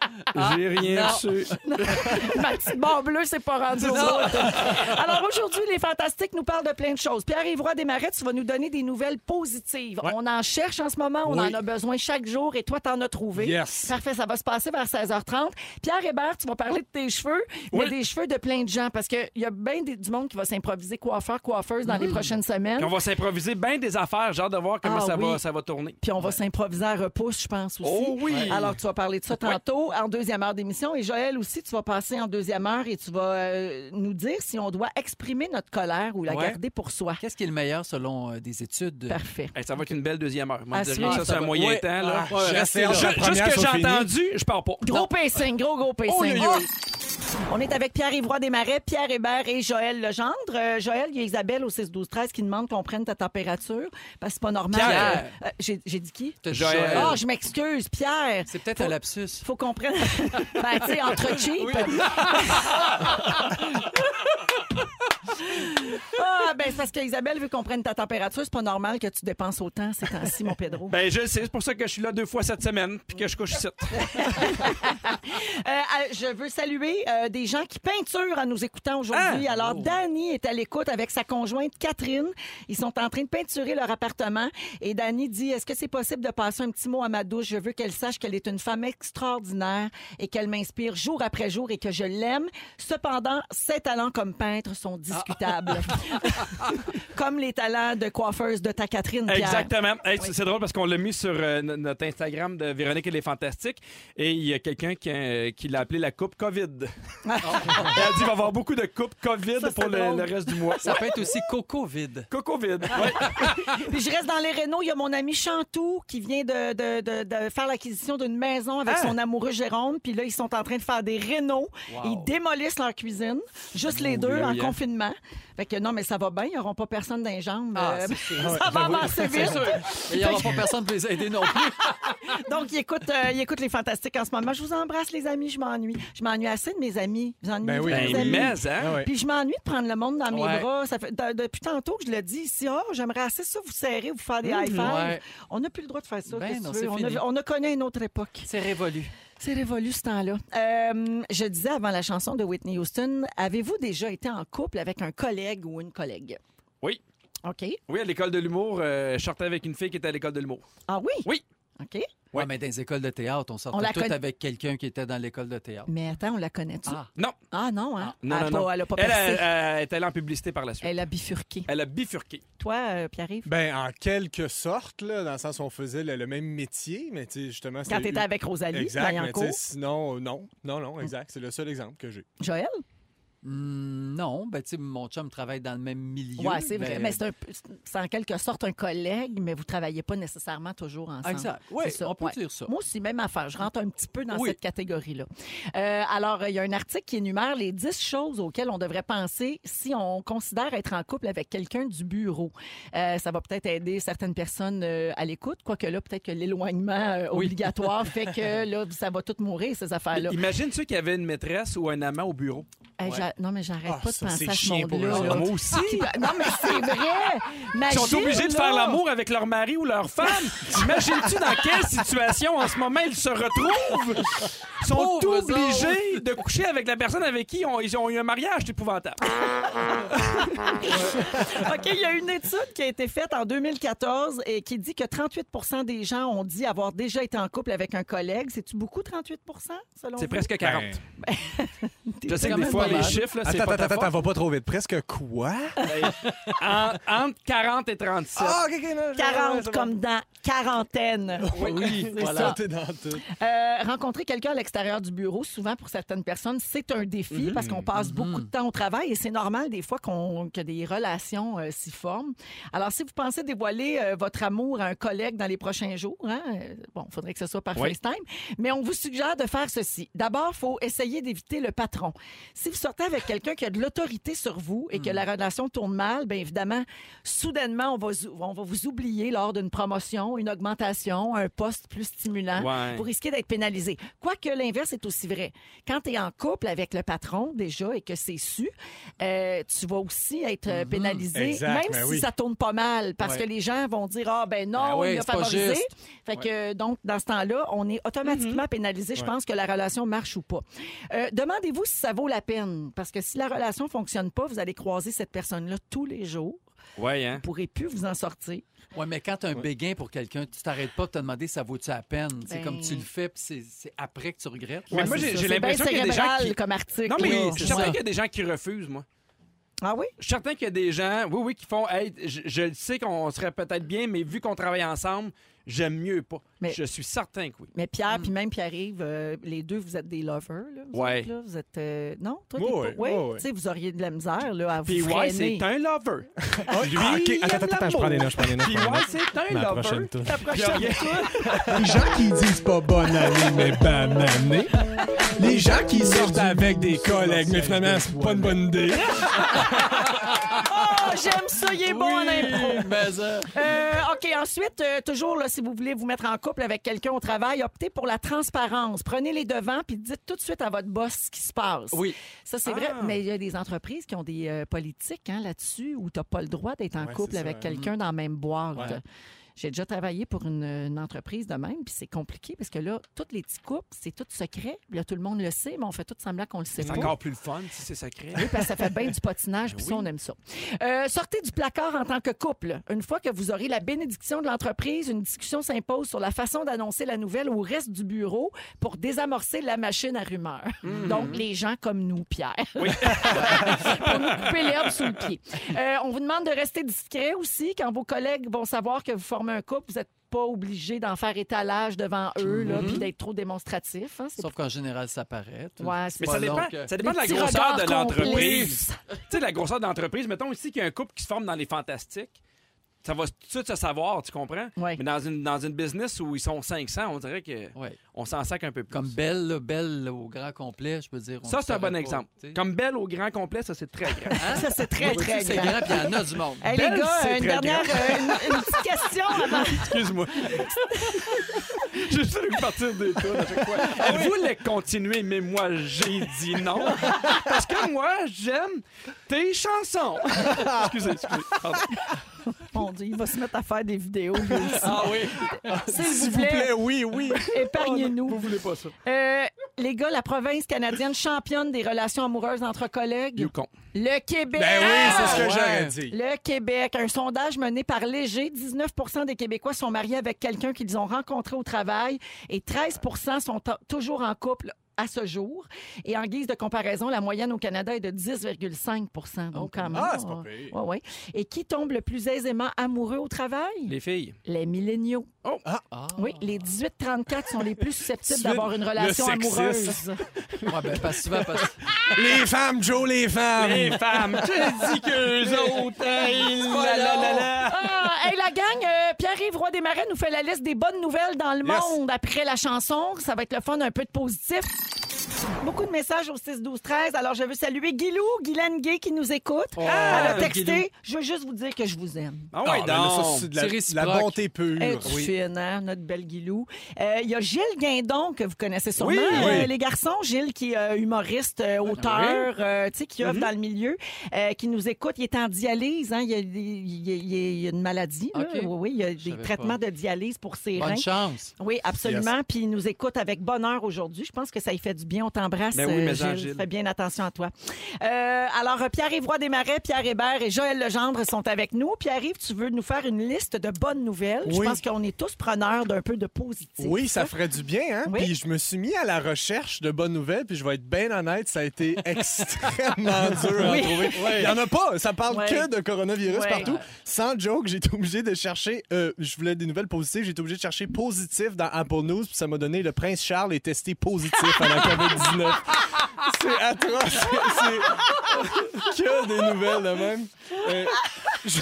C: J'ai rien
D: Non.
C: reçu.
B: *laughs* Ma petite barre bleue, c'est pas rendu au bout. Alors aujourd'hui, les Fantastiques nous parlent de plein de choses. Pierre-Yves Roy Desmarais, tu vas nous donner des nouvelles positives. On en cherche en ce moment, on
E: Oui.
B: en a besoin chaque jour et toi, t'en as trouvé.
E: Yes.
B: Parfait, ça va se passer vers 16h30. Pierre Hébert, tu vas parler de tes cheveux, mais des cheveux de plein de gens parce qu'il y a bien des- du monde qui va s'improviser coiffeur, coiffeuse dans les prochaines semaines.
C: Mmh. Puis On va s'improviser bien des affaires. J'ai hâte de voir comment
B: Ah
C: ça, va,
B: oui.
C: ça va tourner.
B: Puis on va s'improviser à repousse, je pense aussi.
C: Oh oui! Ouais.
B: Alors, tu vas parler de ça tantôt en deuxième heure d'émission. Et Joël aussi, tu vas passer en deuxième heure et tu vas euh, nous dire si on doit exprimer notre colère ou la
D: Ouais.
B: garder pour soi.
D: Qu'est-ce qui est le meilleur selon euh, des études? Ah,
B: Parfait.
C: Hey, ça va être une belle deuxième heure. Moi,
B: À
C: je dirais
B: suivre.
C: que ça, c'est
D: Ça
C: un
D: va.
C: moyen
D: Ouais.
C: temps. Là.
D: Ah, je reste là.
C: Ju-
E: La
C: Juste
E: première
C: que j'ai
E: sont finies.
C: entendu, je pars pas.
B: Gros pacing, gros, gros pacing.
D: Oh
B: On est avec Pierre-Yves Roy Desmarais, Pierre Hébert et Joël Legendre. Euh, Joël, il y a Isabelle au 6-12-13 qui demande qu'on prenne ta température parce que c'est pas normal.
D: Pierre.
B: Euh, euh, J'ai j'ai dit qui?
D: T'as dit
C: Joël.
D: Joël.
B: Ah, je m'excuse, Pierre.
D: C'est peut-être
B: Faut-
D: un lapsus.
B: faut qu'on prenne. *laughs* ben, tu sais, entre cheap. *laughs* ah, ben, c'est parce qu'Isabelle veut qu'on prenne ta température. C'est pas normal que tu dépenses autant ces temps-ci, mon Pedro.
C: Ben, je le sais, c'est pour ça que je suis là deux fois cette semaine, puis que je couche ici.
B: Euh, euh, je veux saluer euh, des gens qui peinturent en nous écoutant aujourd'hui. Alors, Danny est à l'écoute avec sa conjointe Catherine. Ils sont en train de peinturer leur appartement. Et Danny dit, est-ce que c'est possible de passer un petit mot à ma douche? Je veux qu'elle sache qu'elle est une femme extraordinaire et qu'elle m'inspire jour après jour et que je l'aime. Cependant, ses talents comme peintre sont discutables. *laughs* comme les talents de coiffeuse de ta Catherine, Pierre.
C: Exactement. Hey, c'est- C'est drôle parce qu'on l'a mis sur euh, no- notre Instagram de Véronique et les Fantastiques et il y a quelqu'un qui, euh, qui l'a appelé la coupe
B: *laughs*
C: COVID. Elle a dit qu'il va y avoir beaucoup de coupes COVID
B: Ça, c'est
C: pour le,
B: drôle. Ah.
C: le reste du mois.
D: Ça peut être aussi coco vide.
C: Cocovid.
B: Puis je reste dans les Rénaux. Il y a mon ami Chantou qui vient de, de- de- de faire l'acquisition d'une maison avec son amoureux Jérôme. Puis là, ils sont en train de faire des rénaux. Ils démolissent leur cuisine, juste les deux, en
C: oui, hein.
B: confinement. Fait que non, mais ça va bien. Ils n'auront pas personne dans les jambes.
D: Ah,
B: Euh,
D: c'est
B: *laughs* ça va avancer vite.
D: Il n'y aura pas personne pour les aider non plus.
B: Donc, ils écoutent, euh, ils écoutent les fantastiques en ce moment. Je vous embrasse, les amis. Je m'ennuie. Je m'ennuie assez de mes amis. Vous ennuyez
E: Ben
B: de
E: oui.
B: vos
C: Ben,
B: amis?
C: mais, hein?
E: Ah ouais.
B: Puis je m'ennuie de prendre le monde dans mes
D: Ouais.
B: bras. Ça fait, de- depuis tantôt que je le dis ici, oh, j'aimerais assez ça vous serrer, vous faire des high fives.
D: Ouais.
B: On n'a plus le droit de faire ça.
D: Ben
B: qu'est-ce que
D: non,
B: tu veux?
D: c'est
B: on,
D: fini.
B: a, on a connu une autre époque.
D: C'est révolu.
B: *laughs* C'est révolu ce temps-là. Euh, je disais avant la chanson de Whitney Houston, avez-vous déjà été en couple avec un collègue ou une collègue?
C: Oui.
B: OK.
C: Oui, à l'école de l'humour, euh, je sortais avec une fille qui était à l'école de l'humour.
B: Ah oui?
C: Oui.
B: OK?
D: Ouais, mais dans les écoles de théâtre, on
B: On
D: sortait
B: la
D: tout
B: conna-
D: avec quelqu'un qui était dans l'école de théâtre.
B: Mais attends, on la connaît-tu? Ah,
D: Ah.
C: Non,
B: non, hein?
C: non,
B: elle, a
C: non, non.
B: Pas, elle a pas
C: elle,
B: percé.
C: elle,
B: Elle,
C: elle est allée en publicité par la suite.
B: a bifurqué.
C: Elle a bifurqué.
B: Toi, euh, Pierre-Yves,
A: Ben, en quelque sorte, là, dans le sens où on faisait le, le même métier, mais tu sais, justement...
B: quand
A: c'est-
B: t'étais avec Rosalie,
A: Exact, mais tu
B: Vaillancourt,
A: sais, sinon, euh, non. Non, non, exact. C'est le seul exemple que j'ai.
B: Joël?
D: Hmm, non, ben tu sais, mon chum travaille dans le même milieu. ben,
B: Oui, c'est vrai.
D: mais-
B: Mais c'est un peu- c'est en quelque sorte un collègue, mais vous ne travaillez pas nécessairement toujours ensemble.
D: Exact. Oui,
B: C'est ça,
D: on peut
B: ouais.
D: dire ça.
B: Moi aussi, même affaire. Je rentre un petit peu dans
D: Oui.
B: cette catégorie-là. Euh, alors, il y a un article qui énumère les 10 choses auxquelles on devrait penser si on considère être en couple avec quelqu'un du bureau. Euh, ça va peut-être aider certaines personnes euh, à l'écoute, quoique là, peut-être que l'éloignement euh, obligatoire fait que là, ça va tout mourir, ces affaires-là.
C: Imagine ceux qui avaient une maîtresse ou un amant au bureau.
B: Hey, j'a- Non, mais j'arrête
A: Ah,
B: pas de
A: ça,
B: penser
A: c'est
B: à ce
A: chiant pour
B: monde-là.
A: eux
B: là.
A: autres.
C: Moi aussi.
B: Ah, Qui va- Non, mais c'est vrai!
C: Ils sont
B: Imagine,
C: obligés de
B: là.
C: faire l'amour avec leur mari ou leur femme. Imagine-tu dans quelle situation en ce moment ils se retrouvent? Ils sont
D: Pauvres
C: obligés de coucher avec la personne avec qui on- ils ont eu un mariage. C'est épouvantable.
B: OK, il y a une étude qui a été faite en 2014 et qui dit que 38 des gens ont dit avoir déjà été en couple avec un collègue. C'est-tu beaucoup, 38 selon
C: C'est
B: vous?
C: presque 40.
A: Ben,
B: T'es-
C: Je sais
D: quand
C: que des
D: même
C: fois,
D: pas
C: les
D: mal.
C: chiffres, là, c'est
A: attends,
C: pas ta
A: attends, attends,
C: faute.
A: va pas trop vite. Presque quoi?
C: En- entre 40 et 37.
A: Ah, ok, ok, non, je-
B: 40
A: je-
B: comme dans quarantaine.
D: Oui, voilà.
A: Ça, t'es dans tout.
B: Euh, rencontrer quelqu'un à l'extérieur du bureau, souvent pour certaines personnes, c'est un défi parce qu'on passe beaucoup de temps au travail et c'est normal des fois qu'on que des relations euh, s'y forment. Alors, si vous pensez dévoiler euh, votre amour à un collègue dans les prochains jours, hein, euh, bon, faudrait que ce soit par
C: Oui.
B: FaceTime, mais on vous suggère de faire ceci. D'abord, faut essayer d'éviter le patron. Si vous sortez avec quelqu'un qui a de l'autorité sur vous et que la relation tourne mal, bien évidemment, soudainement, on va, on va vous oublier lors d'une promotion, une augmentation, un poste plus stimulant
C: Ouais.
B: vous risquez d'être pénalisé. Quoique l'inverse est aussi vrai. Quand tu es en couple avec le patron déjà et que c'est su, euh, tu vas aussi être
C: Mm-hmm.
B: euh, pénalisé,
A: Exact,
B: même
A: ben
B: si
A: oui.
B: ça tourne pas mal, parce
D: Ouais.
B: que les gens vont dire Ah, ben non,
D: Ben oui,
B: il a
D: c'est pas
B: favorisé.
D: juste.
B: Fait que, euh, donc, dans ce temps-là, on est automatiquement
C: Mm-hmm.
B: pénalisé. Je pense que la relation marche ou pas. Euh, Demandez-vous si ça vaut la peine, parce que si la relation fonctionne pas, vous allez croiser cette personne-là tous les jours.
C: Ouais, hein?
B: Vous pourrez plus vous en sortir.
D: Ouais, mais quand t'as un béguin pour quelqu'un, tu t'arrêtes pas de te demander ça vaut-tu la peine. C'est
B: Ben-
D: comme tu le fais, puis c'est- c'est après que tu regrettes.
C: Mais
B: Ouais,
C: moi,
B: c'est
C: j'ai-
B: ça. C'est
C: j'ai
B: bien
C: l'impression qu'il y a des gens
B: cérébral
C: qui-
B: comme article.
C: Non, mais
B: là.
C: je
D: c'est
C: suis certain
D: ça.
C: qu'il y a des gens qui refusent, moi.
B: Ah oui?
C: Je suis certain qu'il y a des gens, oui, oui, qui font, hey, je, je le sais qu'on serait peut-être bien, mais vu qu'on travaille ensemble, j'aime mieux pas.
B: Mais-
C: Je suis certain que oui.
B: Mais Pierre, puis même Pierre-Yves, euh, les deux, vous êtes des lovers. Là, vous
C: Ouais.
B: autres, là, vous êtes. euh, non? Toi, t'es
A: Ouais,
B: pas- ouais,
A: ouais, ouais, ouais.
B: Tu sais, vous auriez de la misère là, à vous
C: Puis ouais,
B: freiner.
C: c'est un lover. Lui,
A: Ah, ok,
C: il
A: attends,
C: aime
A: attends, attends, je prends des notes, je prends des notes. je
C: Puis
A: prends des
C: ouais,
A: notes.
C: c'est un
A: Ma
C: lover.
A: prochaine tour.
C: Ta prochaine tour.
E: Les gens qui disent pas bonne année, mais bananée.
A: Les gens qui sortent avec des collègues, mais finalement, c'est pas une bonne idée.
B: Ah, j'aime ça, il est bon en impro.
D: mais ça-
B: Euh, OK, ensuite, euh, toujours, là, si vous voulez vous mettre en couple avec quelqu'un au travail, optez pour la transparence. Prenez les devants puis dites tout de suite à votre boss ce qui se passe.
D: Oui.
B: Ça, *laughs* c'est
C: Ah.
B: vrai, mais il y a des entreprises qui ont des euh, politiques hein, là-dessus où tu n'as pas le droit d'être en
A: Ouais,
B: couple
A: c'est ça,
B: avec
A: hein.
B: quelqu'un dans la même boîte.
A: Ouais.
B: J'ai déjà travaillé pour une, une entreprise de même, puis c'est compliqué parce que là, tous les petits couples, c'est tout secret. Là, tout le monde le sait, mais on fait tout semblant qu'on le sait
C: C'est
B: pas.
C: encore plus le fun si c'est sacré.
B: Oui, parce que ça fait bien du patinage,
C: Ben
B: puis ça, on aime ça. Euh, sortez du placard en tant que couple. Une fois que vous aurez la bénédiction de l'entreprise, une discussion s'impose sur la façon d'annoncer la nouvelle au reste du bureau pour désamorcer la machine à rumeurs.
C: Hmm.
B: Donc, les gens comme nous, Pierre. *laughs* pour nous couper l'herbe sous le pied. Euh, on vous demande de rester discret aussi. Quand vos collègues vont savoir que vous formez un couple, vous n'êtes pas obligé d'en faire étalage devant eux, là, puis d'être trop démonstratif. hein. C'est
D: Sauf qu'en général, ça paraît. tout.
B: Ouais, c'est
C: Mais
B: pas
D: Ouais,
C: Mhm. ça dépend,
D: donc, euh,
C: ça dépend de la
B: Les petits
C: grosseur de
B: regards
C: l'entreprise.
B: complices.
C: Tu sais, la grosseur de l'entreprise. Mettons ici qu'il y a un couple qui se forme dans les fantastiques. Ça va tout de suite se savoir, tu comprends?
B: Ouais.
C: Mais dans une, dans une business où ils sont 500, on dirait que
D: ouais.
C: on s'en sac un peu plus.
D: Comme Belle, là, Belle au grand complet, je peux dire. on
C: ça,
D: le
C: c'est un bon
D: saurait pas,
C: exemple.
D: tu sais.
C: Comme Belle au grand complet, ça, c'est très grand.
D: Hein?
B: Ça, c'est très,
D: Vois-tu,
B: très
D: c'est
B: grand.
D: grand, puis il y en a du monde.
B: Hey,
C: Belle,
B: les gars,
C: c'est
B: une
C: très
B: dernière, euh, une, une petite question avant.
A: *laughs*
C: Excuse-moi. J'ai juste voulu partir des tonnes à chaque fois.
A: Ah
C: Elle voulait continuer, mais moi, j'ai dit non. Parce que moi, j'aime tes chansons. excusez, excusez. pardon.
B: *laughs* Mon Dieu, il va se mettre à faire des vidéos. lui aussi.
D: Ah oui.
B: S'il
A: S'il vous plaît, oui, oui.
B: épargnez-nous.
C: Vous voulez pas ça.
B: Euh, les gars, la province canadienne championne des relations amoureuses entre collègues.
C: Yukon.
B: Le Québec.
A: Ben oui, c'est ce que
D: Ah, ouais.
A: j'aurais dit.
B: Le Québec. Un sondage mené par Léger, 19 des Québécois sont mariés avec quelqu'un qu'ils ont rencontré au travail et 13 sont to- toujours en couple à ce jour. Et en guise de comparaison, la moyenne au Canada est de 10,5 Donc, quand même.
A: Ah, c'est pas
B: on-
A: pire.
B: Ouais, ouais. Et qui tombe le plus aisément amoureux au travail?
C: Les filles.
B: Les milléniaux.
D: Ah.
B: Oui, les 18-34 sont
A: *laughs*
B: les plus susceptibles d'avoir une
A: Le
B: relation
A: sexisme.
B: amoureuse.
D: Ouais, ben, parce que souvent, parce que-
A: Les femmes, Joe, les femmes.
C: Les
A: *laughs*
C: femmes. Je dis qu'eux autres. hey, la, la, la, la.
B: Ah, hey, la gang, euh, Pierre-Yves Roy Desmarais nous fait la liste des bonnes nouvelles dans le
A: Yes.
B: monde après la chanson. Ça va être le fun, un peu de positif. Beaucoup de messages au 6-12-13. Alors, je veux saluer Guilou, Guylaine Gay qui nous écoute. Elle a texté.
C: Guilou.
B: Je veux juste vous dire que je vous aime.
C: Ah
A: Ah,
C: ouais,
A: ben là, ça,
C: donc.
A: c'est de la,
D: c'est
A: de la
D: réciproque.
A: bonté pure.
B: Elle est
A: Oui.
B: fine, hein, notre belle Guilou. Euh, Il y a Gilles Guindon, que vous connaissez sûrement,
C: Oui,
B: euh,
A: oui.
B: les garçons. Gilles, qui est euh, humoriste, euh, auteur, euh, tu sais, qui œuvre dans le milieu, euh, qui nous écoute. Il est en dialyse. Hein, il, a, il- il- il- il a une maladie. là.
D: OK.
B: Oui, oui, il y a des
D: savais
B: traitements de dialyse pour ses
D: bonne
B: reins.
D: chance.
B: Oui, absolument. Puis il nous écoute avec bonheur aujourd'hui. Je pense que ça y fait du bien. On t'embrasse,
C: Ben oui,
B: euh,
C: mais en,
B: Gilles.
C: Gilles.
B: Fais bien attention à toi. Euh, alors, euh, Pierre-Yves Roy Desmarais, Pierre Hébert et Joël Legendre sont avec nous. Pierre-Yves, tu veux nous faire une liste de bonnes nouvelles. Je
A: Oui.
B: pense qu'on est tous preneurs d'un peu de positif.
A: Oui, ça ferait du bien, hein?
B: Oui.
A: Puis je me suis mis à la recherche de bonnes nouvelles, puis je vais être bien honnête, ça
B: *laughs*
A: a été extrêmement dur à
B: Oui.
A: trouver. Il n'y en a pas, ça parle
B: Ouais.
A: que de coronavirus
B: Ouais.
A: partout. Sans joke, j'ai été obligé de chercher, euh, je voulais des nouvelles positives, j'ai été obligé de chercher positif dans Apple News, puis ça m'a donné le prince Charles est testé positif à la COVID-19.
B: *laughs*
A: C'est atroce. c'est- C'est que des nouvelles de même. Euh, *laughs* je, je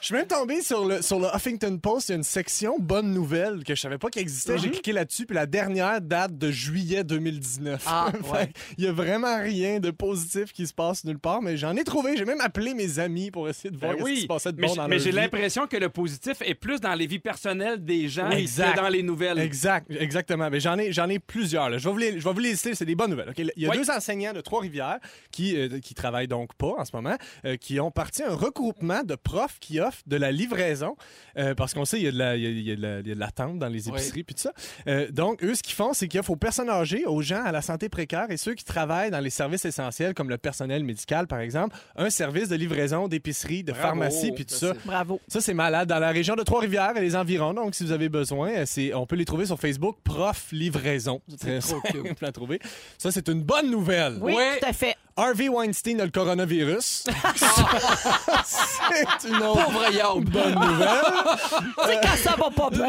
A: suis même tombé sur le, sur le Huffington Post. Il y a une section bonnes nouvelles que je savais pas qu'elle existait.
D: Mhm.
A: J'ai cliqué là-dessus, puis la dernière date de juillet 2019.
D: Ah,
A: *laughs* Fait
D: ouais.
A: Il y a vraiment rien de positif qui se passe nulle part, mais j'en ai trouvé. J'ai même appelé mes amis pour essayer de voir
C: Ben
A: ce qui se passait de
C: mais
A: bon
C: j-
A: dans
C: mais
A: leur
C: j'ai
A: vie.
C: l'impression que le positif est plus dans les vies personnelles des gens
A: Exact.
C: que dans les nouvelles.
A: Exact, exactement. Mais j'en ai, j'en ai plusieurs. là. Je vais vous les, je vais vous les lister. C'est des bonnes nouvelles. OK? Il y a
C: Oui.
A: deux enseignants de Trois-Rivières qui, euh, qui travaillent donc pas en ce moment, euh, qui ont parti un regroupement de profs qui offrent de la livraison euh, parce qu'on sait il y a de la, il y a- il y a de la- il y a de l'attente dans les
D: Oui.
A: épiceries puis tout ça. Euh, donc eux, ce qu'ils font, c'est qu'ils offrent aux personnes âgées, aux gens à la santé précaire et ceux qui travaillent dans les services essentiels comme le personnel médical par exemple, un service de livraison d'épicerie, de
C: Bravo.
A: pharmacie puis tout
D: Ça,
A: ça.
B: Bravo.
A: Ça, c'est malade. Dans la région de Trois-Rivières et les environs, donc, si vous avez besoin, euh, c'est, on peut les trouver sur Facebook, Prof Livraison.
D: C'est trop cute.
A: simple à trouver. Ça, c'est une bonne nouvelle.
B: Oui,
D: Ouais.
B: tout à fait.
A: Harvey Weinstein a le coronavirus. c'est une autre
D: Pauvre Yob.
A: bonne nouvelle.
B: Tu sais, quand ça va pas
C: *laughs*
B: bien.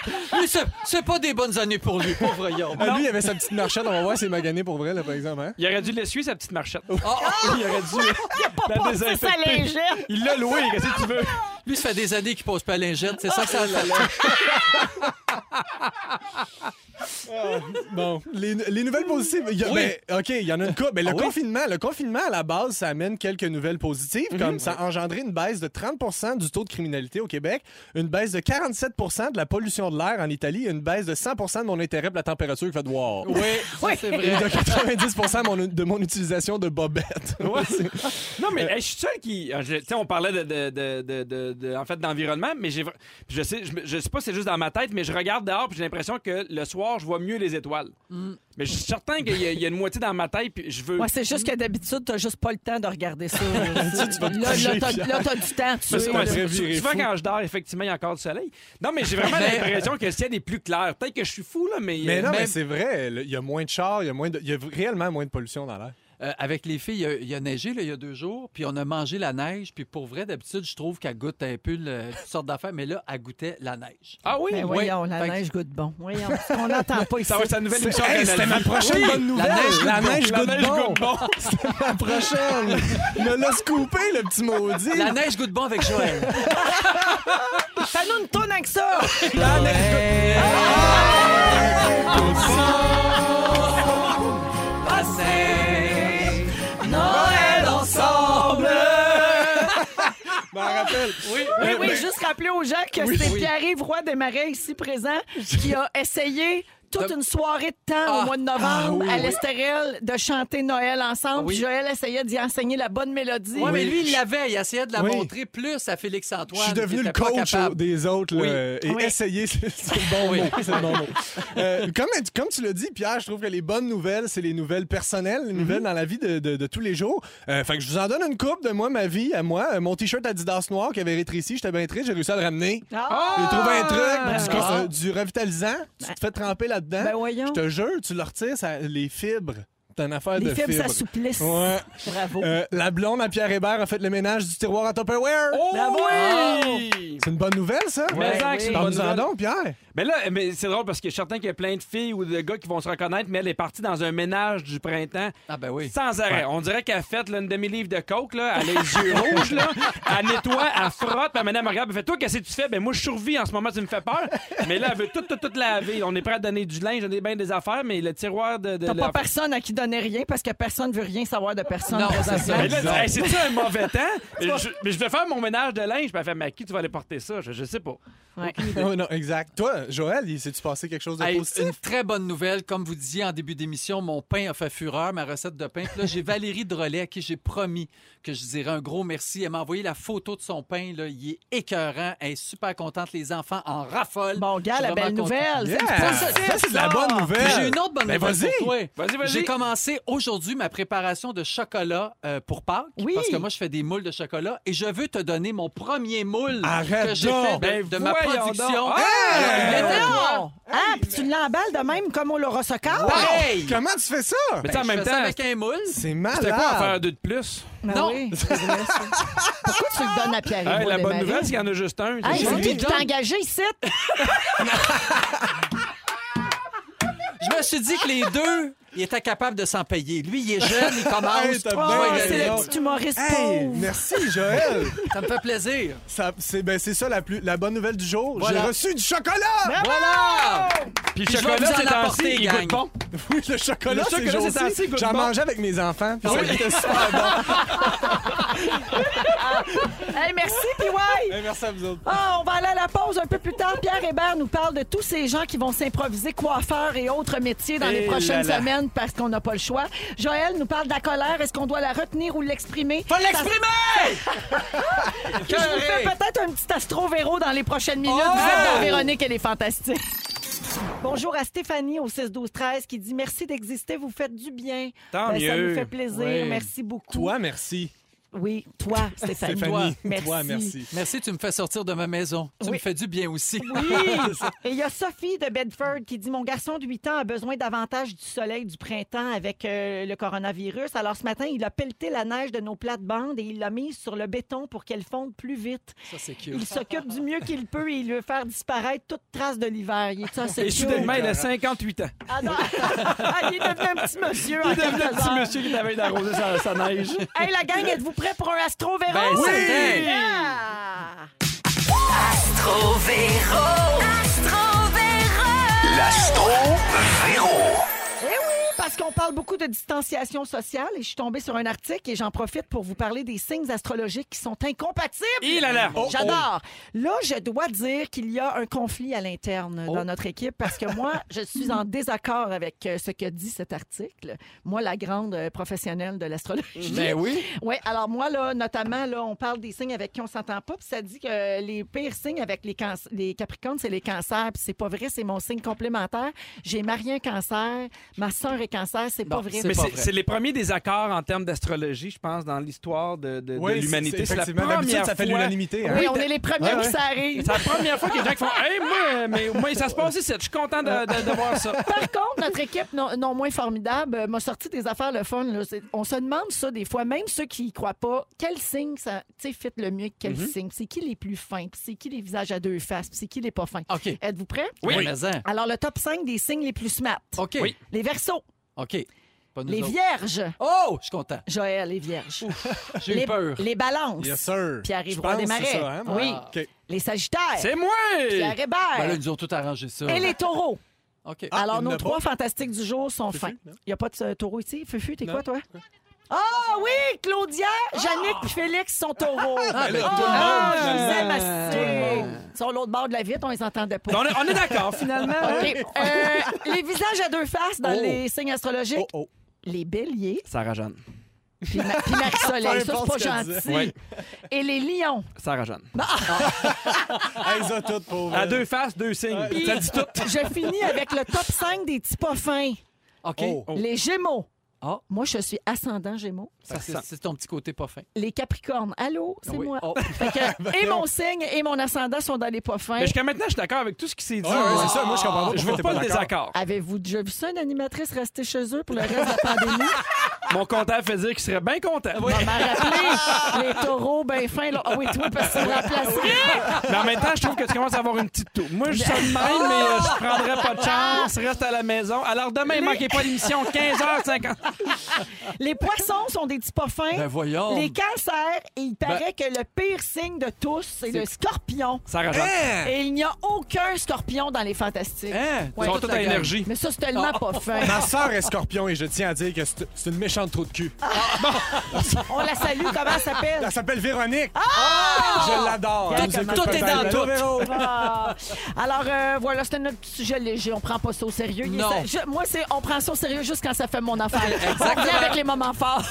D: *laughs* Lui, c'est- c'est pas des bonnes années pour lui, pauvre Yob.
A: Ah, lui, il avait sa petite marchette. On va voir, c'est magané pour vrai, là, par exemple. hein?
C: Il aurait dû l'essuyer, sa petite marchette.
D: Ah,
C: Il aurait dû
B: Pas
C: la
B: passer sa
C: désinfecter.
B: légère.
C: Il l'a loué, qu'est-ce que tu veux?
D: lui, ça fait des années qu'il pose pas la lingette. C'est ça que
A: Ah,
D: ça
A: Bon, les, les nouvelles positives. il y a-
D: Oui.
A: ben, OK, il y en a une couple. Mais le
D: Ah oui?
A: confinement, le confinement, à la base, ça amène quelques nouvelles positives,
D: Mhm.
A: comme ça a engendré une baisse de 30 du taux de criminalité au Québec, une baisse de 47 de la pollution de l'air en Italie, une baisse de 100 de mon intérêt pour la température qui fait de wow.
D: Oui, ça, c'est
A: Et
D: vrai.
A: de 90 mon- de mon utilisation de bobettes. *laughs*
C: Non, mais hey, je suis seul qui. euh, je- Tu sais, on parlait de, de- de- de- de- de- en fait, d'environnement, mais j'ai. vra- Je sais, je, me- je sais pas, c'est juste dans ma tête, mais je regarde dehors puis j'ai l'impression que le soir, je vois mieux les étoiles. Mais je suis certain qu'il y, a- il y a une moitié dans ma tête puis je veux.
B: Mm. Ouais, c'est juste que d'habitude, t'as juste pas le temps de regarder *laughs* ça. là,
A: tu vas te
B: là,
A: coucher,
B: t'as-
A: Pierre.
B: là, t'as du temps. Tu sais,
C: Mais c'est
B: là.
C: un-
A: après virer
C: souvent
A: fou.
C: quand je dors, effectivement, il y a encore du soleil. Non, mais j'ai vraiment
D: Mais-
C: l'impression que le ciel est plus clair. Peut-être que je suis fou, là, mais.
A: Mais non,
C: euh,
A: mais c'est vrai. le- Il y a moins de chars, il y a, moins de- il y a réellement moins de pollution dans l'air.
D: Euh, avec les filles, il y a- il y, a neigé là, il y a deux jours, puis on a mangé la neige. Puis pour vrai, d'habitude, je trouve qu'elle goûte un peu le- toutes sortes d'affaires, mais là, elle goûtait la neige.
C: Ah oui!
B: Ben
D: Oui.
B: voyons, la
D: Fait que-
B: neige goûte bon. Voyons, on n'entend pas ici.
C: Ça va être sa nouvelle émission
A: Hey,
C: d'analyse.
A: c'était ma prochaine bonne nouvelle.
D: neige
A: la
D: goûte bon.
A: neige
C: La
A: goûte
C: neige
A: bon.
C: goûte bon.
A: *laughs* C'était ma prochaine. Il me laisse couper, le petit maudit.
D: La neige goûte bon avec Joël.
A: *laughs*
B: Fais-nous une tourne avec ça!
D: Noël ensemble.
A: Je m'en rappelle. Oui,
B: Oui, oui, juste rappeler aux gens que c'est Pierre-Yves Roy Desmarais, ici présent, qui a essayé toute
D: De-
B: une soirée de temps au
D: Ah,
B: mois de novembre à l'Estérel de chanter Noël ensemble.
D: Oui.
B: Puis Joël essayait d'y enseigner la bonne mélodie.
D: Ouais, mais lui, il l'avait. Il essayait de la
A: Oui.
D: montrer plus à Félix-Antoine.
A: Je suis devenu
D: qui
A: le
D: était pas
A: coach euh,
D: capable.
A: des autres. là,
D: Oui.
A: euh, Et
B: Oui.
A: essayer, c'est c'est le bon
D: Oui.
A: mot. c'est le bon mot. Euh, comme, comme tu l'as dit, Pierre, je trouve que les bonnes nouvelles, c'est les nouvelles personnelles,
D: Mhm.
A: les nouvelles dans la vie de, de- de tous les jours. Euh, fait que je vous en donne une coupe de moi, ma vie, à moi. Euh, mon t-shirt Adidas noir qui avait rétréci, j'étais bien triste, j'ai réussi à le ramener.
B: Ah!
A: J'ai trouvé un
B: Ah!
A: truc, du, euh, du revitalisant. Tu te fais tremper là-dedans.
B: Ben voyons.
A: Je te jure, tu le retires, ça- les fibres. T'as une affaire
B: Les
A: de
B: films
A: fibres.
B: s'assouplissent.
A: Ouais.
B: Bravo.
A: Euh, la blonde à Pierre Hébert a fait le ménage du tiroir à Tupperware. Ah!
B: Bravo!
A: C'est une bonne nouvelle, ça?
C: Oh, Mais ça,
B: oui.
C: c'est une bonne
A: Parle-nous-en
C: nouvelle.
A: donc, Pierre.
C: Mais Ben là, mais c'est drôle parce que je suis certain qu'il y a plein de filles ou de gars qui vont se reconnaître, mais elle est partie dans un ménage du printemps
D: Ah, ben oui.
C: sans arrêt. On dirait qu'elle fait là, une demi-livre de coke, là, elle a les yeux *laughs* rouges, là, elle nettoie, elle frotte, puis maintenant elle me regarde, elle fait Toi, qu'est-ce que tu fais Ben moi, je survis en ce moment, tu me fais peur. Mais là, elle veut tout, tout, tout laver. On est prêt à donner du linge, on est bien des affaires, mais le tiroir de. de
B: T'as
C: la-
B: pas personne à qui donner rien parce que personne veut rien savoir de personne.
D: Non,
B: présentement.
D: c'est ça.
C: Mais Ben là,
A: Bizarre.
C: hey, c'est-tu un
D: *laughs*
C: mauvais temps? je, mais je vais faire mon ménage de linge. Puis elle fait, mais à qui tu vas aller porter ça? Je, je sais pas.
B: Ouais.
A: Oh, non, exact. Toi, Joël, il s'est-tu passé quelque chose de
D: Hey,
A: positif?
D: une très bonne nouvelle. Comme vous disiez en début d'émission, mon pain a fait fureur, ma recette de pain. Puis
B: *laughs*
D: là, j'ai Valérie Drolet à qui j'ai promis que je dirais un gros merci. Elle m'a envoyé la photo de son pain. Là. Il est écœurant. Elle est super contente. Les enfants en raffolent.
B: Bon, gars,
D: Je suis
B: la belle
D: vraiment
B: nouvelle.
A: Yeah!
B: C'est
A: Ça,
B: positif,
A: c'est de la bonne nouvelle.
D: Mais Ah! j'ai une autre bonne
A: Ben,
D: nouvelle
A: vas-y.
D: pour toi.
C: Vas-y, vas-y.
D: J'ai commencé aujourd'hui ma préparation de chocolat euh, pour Pâques.
B: Oui.
D: Parce que moi, je fais des moules de chocolat et je veux te donner mon premier moule
A: Arrête
D: que j'ai
A: donc.
D: fait de,
C: Ben,
D: de ma
C: voyons
D: production.
C: donc.
D: Alors, il
B: Mais
D: est à toi.
B: non! Ah, puis tu l'emballes de même comme on l'aura soccer?
D: Pareil!
A: Oh, Comment tu fais ça?
C: Mais tu sais,
D: Ben,
C: en
D: je
C: même
D: fais ça
C: temps,
D: avec un moule.
A: C'est
C: c'était quoi à faire
A: malade.
C: deux de plus?
B: Ben
D: Non.
B: oui, c'est vrai, ça. Pourquoi tu le donnes à Pierre?
C: Hey, la bonne nouvelle, c'est
B: c'est
C: qu'il y en a juste un.
D: Ah,
B: Hey,
C: C'est
B: c'est
C: lui.
B: qui qui t'a engagé ici?
C: Ben
D: Je me suis dit que les deux, ils étaient capables de s'en payer. Lui, il est jeune, *laughs* il commence. Ah,
A: Hey, t'as
D: Je
B: Oh,
A: bien
D: vais y
C: ben
B: c'est
D: aller.
B: le
A: raison.
B: petit humoriste
A: Hey,
B: pauvre.
A: merci, Joël.
D: Ça me fait plaisir.
A: Ça- c'est ben, c'est ça la, plus, la bonne nouvelle du jour.
D: Voilà.
A: J'ai reçu du
D: Ben
A: chocolat.
D: Voilà! Puis
C: Puis le
D: je vais
C: chocolat,
D: vous en
C: c'est temps-ci,
D: apporter,
C: il
D: gang.
C: goûte bon.
A: Oui, le chocolat,
C: Le
A: c'est
C: chocolat, c'est
A: gentil.
C: assez good
A: J'en
C: bon. Ah
A: mangeais avec mes enfants. puis
D: Oui.
A: Ça goûtait super
C: *laughs*
A: bon.
B: Hey, merci, PY!
C: Ben,
A: Hey, merci à vous autres.
B: Ah, on va aller à la pause un peu plus tard. Pierre Hébert nous parle de tous ces gens qui vont s'improviser coiffeurs et autres métiers dans les
C: Eh
B: prochaines
C: là là.
B: semaines parce qu'on n'a pas le choix. Joël nous parle de la colère. Est-ce qu'on doit la retenir ou l'exprimer?
D: Faut l'exprimer!
B: Je vous fais peut-être un petit astro-véro dans les prochaines minutes. Vous êtes dans Véronique, elle est fantastique. Bonjour à Stéphanie au 6-12-13 qui dit Merci d'exister, vous faites du bien.
C: Tant
B: Ben, Ça
C: mieux.
B: nous fait plaisir,
D: Oui.
B: merci beaucoup.
A: Toi, merci.
B: Oui,
A: *laughs*
B: toi,
C: Ben,
B: Stéphanie.
A: Stéphanie,
B: Merci.
A: toi, merci.
D: Merci, tu me fais sortir de ma maison. Tu
B: Oui.
D: me fais du bien aussi.
A: *laughs*
B: Oui! Et il y a Sophie de Bedford qui dit Mon garçon de 8 ans a besoin davantage du soleil du printemps avec euh, le coronavirus. Alors ce matin, il a pelleté la neige de nos plates-bandes et il l'a mise sur le béton pour qu'elle fonde plus vite.
D: Ça, c'est cute.
B: Il s'occupe du mieux qu'il peut et il veut faire disparaître toute trace de l'hiver. Il est ça, c'est
C: Et
B: cute.
C: soudainement, il a 58 ans.
B: Ah non. Ah, il est devenu un petit monsieur. en
C: Il est devenu
B: quelques
C: le petit
B: heures.
C: monsieur qui t'avait d'arroser sa, sa neige.
B: Hey, la gang, êtes-vous prêts pour un astro Véro?
D: Ben, Oui! certain.
B: Yeah! Eh oui, parce qu'on parle beaucoup de distanciation sociale et je suis tombée sur un article et j'en profite pour vous parler des signes astrologiques qui sont incompatibles.
C: Il a
D: Oh,
C: l'air.
B: J'adore. Là, je dois dire qu'il y a un conflit à l'interne
D: Oh.
B: dans notre équipe parce que moi, je suis en désaccord avec euh, ce que dit cet article. Moi, la grande euh, professionnelle de l'astrologie.
D: Ben
B: *laughs*
D: oui.
B: Oui, alors moi, là, notamment, là, on parle des signes avec qui on s'entend pas, puis ça dit que les pires signes avec les, canc- les capricornes, c'est les cancers, puis c'est pas vrai, c'est mon signe complémentaire. J'ai marié un cancer, ma sœur est cancer, c'est
D: Bon,
B: pas vrai.
D: c'est
C: Mais
D: pas
C: c'est
D: vrai.
C: c'est les premiers désaccords en termes d'astrologie, je pense, dans l'histoire de, de- de
A: Oui,
C: l'humanité. C'est la
A: effectivement, d'habitude,
C: première
A: ça fait
C: fois-
A: l'unanimité. hein.
B: Oui, on est les premiers
A: Ouais,
B: qui
A: ouais.
B: s'arrivent.
C: C'est la première fois que les gens qui font Hey, moi, euh, mais, moi, ça se passe ici. Je suis content de, de- de voir ça.
B: Par contre, notre équipe non, non moins formidable euh, m'a sorti des affaires le fun. là. C'est- On se demande ça des fois, même ceux qui y croient pas, quel signe ça tu sais, fit le mieux que
D: Mhm.
B: quel signe? C'est qui les plus fins? Puis C'est qui les visages à deux faces? Puis C'est qui les pas fins?
D: OK.
B: Êtes-vous prêts?
C: Oui.
D: Oui, mais hein.
B: Alors, le top 5 des signes les plus smart.
D: OK.
C: Oui.
B: Les versos,
D: OK. Pas nous
B: les
D: autres.
B: vierges.
D: Oh, je suis content.
B: Joël, les vierges.
D: *laughs* J'ai eu
B: les,
D: peur.
B: les balances.
A: Yes, sir.
B: Pierre-Yves
A: Je pense que
B: Roy-Desmarais.
A: c'est ça, hein, moi?
B: Oui.
A: OK.
B: Les sagittaires.
C: C'est moi!
B: Pierre Hébert.
D: Ben là, ils nous ont tout arrangé ça.
B: Et les taureaux.
D: OK.
A: Ah,
B: Alors,
A: il y en
B: nos
A: a
B: trois
A: pas.
B: fantastiques du jour sont
A: Fufu,
B: fins.
A: non?
B: Il n'y a pas de euh, taureau ici. Fufu, t'es
A: Non.
B: quoi,
A: Ah!
B: toi? Ah oui, Claudia, Yannick puis Félix sont au rôle. Ah,
A: ben là, tout le
B: ah,
A: monde,
B: je les aime
A: finalement.
B: assez. Ils sont l'autre bord de la vitre, on les entendait pas.
C: On est, on est d'accord, finalement.
B: OK. Euh, les visages à deux faces dans
A: hein? Oh.
B: les signes astrologiques.
A: Oh, oh.
B: Les béliers,
C: Sarah Jeanne.
B: puis, ma- puis Marie-Soleil. Ça,
A: *laughs* Peu
B: c'est
A: importe
B: pas
A: ce qu'elle disait.
B: gentil. Et les lions.
C: Sarah Jeanne.
A: Hey, ils ont tout pour
C: Bah, À deux faces, deux signes.
B: Puis
C: Ça dit tout.
B: je finis avec le top 5 des petits pas fins.
D: Ah, OK.
A: Oh.
B: Les gémeaux.
D: Ah.
B: Moi, je suis ascendant gémeaux.
D: Ça, c'est c'est ton petit côté pas fin.
B: Les capricornes. Allô, c'est
D: Oui.
B: moi.
D: Oh.
B: Fait que, et mon signe et mon ascendant sont dans les pas fins.
C: Mais jusqu'à maintenant, je suis d'accord avec tout ce qui s'est dit.
A: Ouais, Ah, ouais, c'est ça. Moi, je comprends pas.
C: Je
A: pourquoi
C: vois
A: t'es
C: pas le
A: d'accord.
C: désaccord.
B: Avez-vous déjà vu ça, une animatrice rester chez eux pour le reste de la pandémie? *laughs*
C: Mon comptable fait dire qu'il serait bien content.
B: On m'a rappelé les taureaux ben fins. là. Ah oui, toi, parce que tu me remplacerais.
C: Mais en même temps, je trouve que tu commences à avoir une petite toux. Moi, je suis ça de même,
B: Oh!
C: mais euh, je prendrais pas de chance. Reste à la maison. Alors, demain, manquez pas l'émission 15h50.
B: Les poissons sont des petits pas fins.
D: Ben voyons.
B: les cancers, et il paraît que le pire signe de tous, c'est le scorpion.
C: Sarah Jeanne.
B: Et il n'y a aucun scorpion dans les fantastiques.
D: Hein?
B: Ouais,
C: Ils sont
B: toute
C: tous
B: la
C: à
B: gang.
C: énergie.
B: Mais ça, c'est tellement pas fin.
A: *laughs* Ma sœur est scorpion et je tiens à dire que c'est c'est une méchante trou de cul.
B: On la salue, comment elle s'appelle?
A: Elle s'appelle Véronique. Je l'adore. Elle nous écoute
D: Ah! tout est
A: peut-être.
D: dans
A: Allô,
D: tout.
A: Véro?
B: Ah. Alors, euh, voilà, c'était notre petit sujet léger. On prend pas ça au sérieux. Il est
D: Non.
B: sa- je- moi, c'est on prend ça au sérieux juste quand ça fait mon affaire. on
D: *laughs* Exactement.
B: vient avec les moments forts.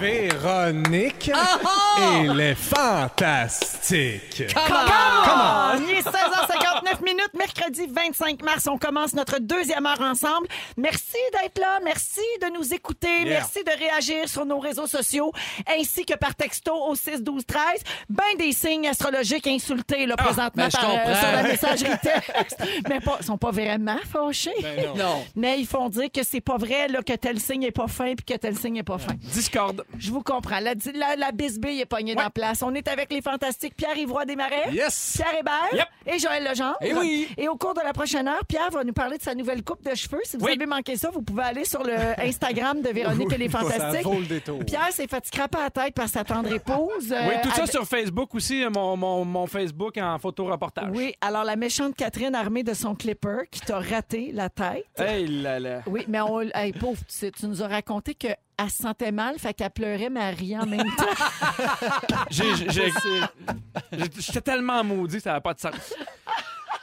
A: Véronique
D: Ah,
A: et les Fantastiques.
B: Comment? Il est 16h59 minutes, mercredi 25 mars. On commence notre deuxième heure ensemble. Merci d'être là. Merci de nous écouter.
A: Yeah.
B: Merci de réagir sur nos réseaux sociaux ainsi que par texto au 6 12 13. Ben des signes astrologiques insultés là, présentement
D: ben, je
B: par, euh,
D: comprends.
B: sur la messagerie
D: *laughs*
B: texte. Mais pas, ils sont pas vraiment fauchés.
D: Ben Non.
B: Mais ils font dire que c'est pas vrai là, que tel signe est pas fin puis que tel signe est pas fin.
C: Discord.
B: Je vous comprends. La, la, la bisbille est pognée dans place. On est avec les fantastiques Pierre-Yvroy Desmarais.
A: Yes.
B: Pierre Hébert
C: Yep.
B: et Joël Legendre.
D: Eh oui.
B: Et au cours de la prochaine heure, Pierre va nous parler de sa nouvelle coupe de cheveux. Si vous
C: Oui.
B: avez manqué ça, vous pouvez aller sur le Instagram de Véronique et les
A: *laughs* Ça
B: Fantastiques.
A: vaut le détour.
B: Pierre s'est fait scraper la tête par sa tendre épouse. euh,
C: Oui, tout ça
B: avec-
C: sur Facebook aussi, euh, mon, mon, mon Facebook en photoreportage.
B: Oui, alors la méchante Catherine armée de son clipper qui t'a raté la tête.
C: Hey là
B: *laughs*
C: là.
B: Oui, mais on, hey, pauvre, tu, sais, tu nous as raconté qu'elle se sentait mal, fait qu'elle pleurait, mais elle riait en même
C: *laughs*
B: temps.
C: J'ai- j'ai- j'ai- J'étais tellement maudit, ça n'a pas de sens.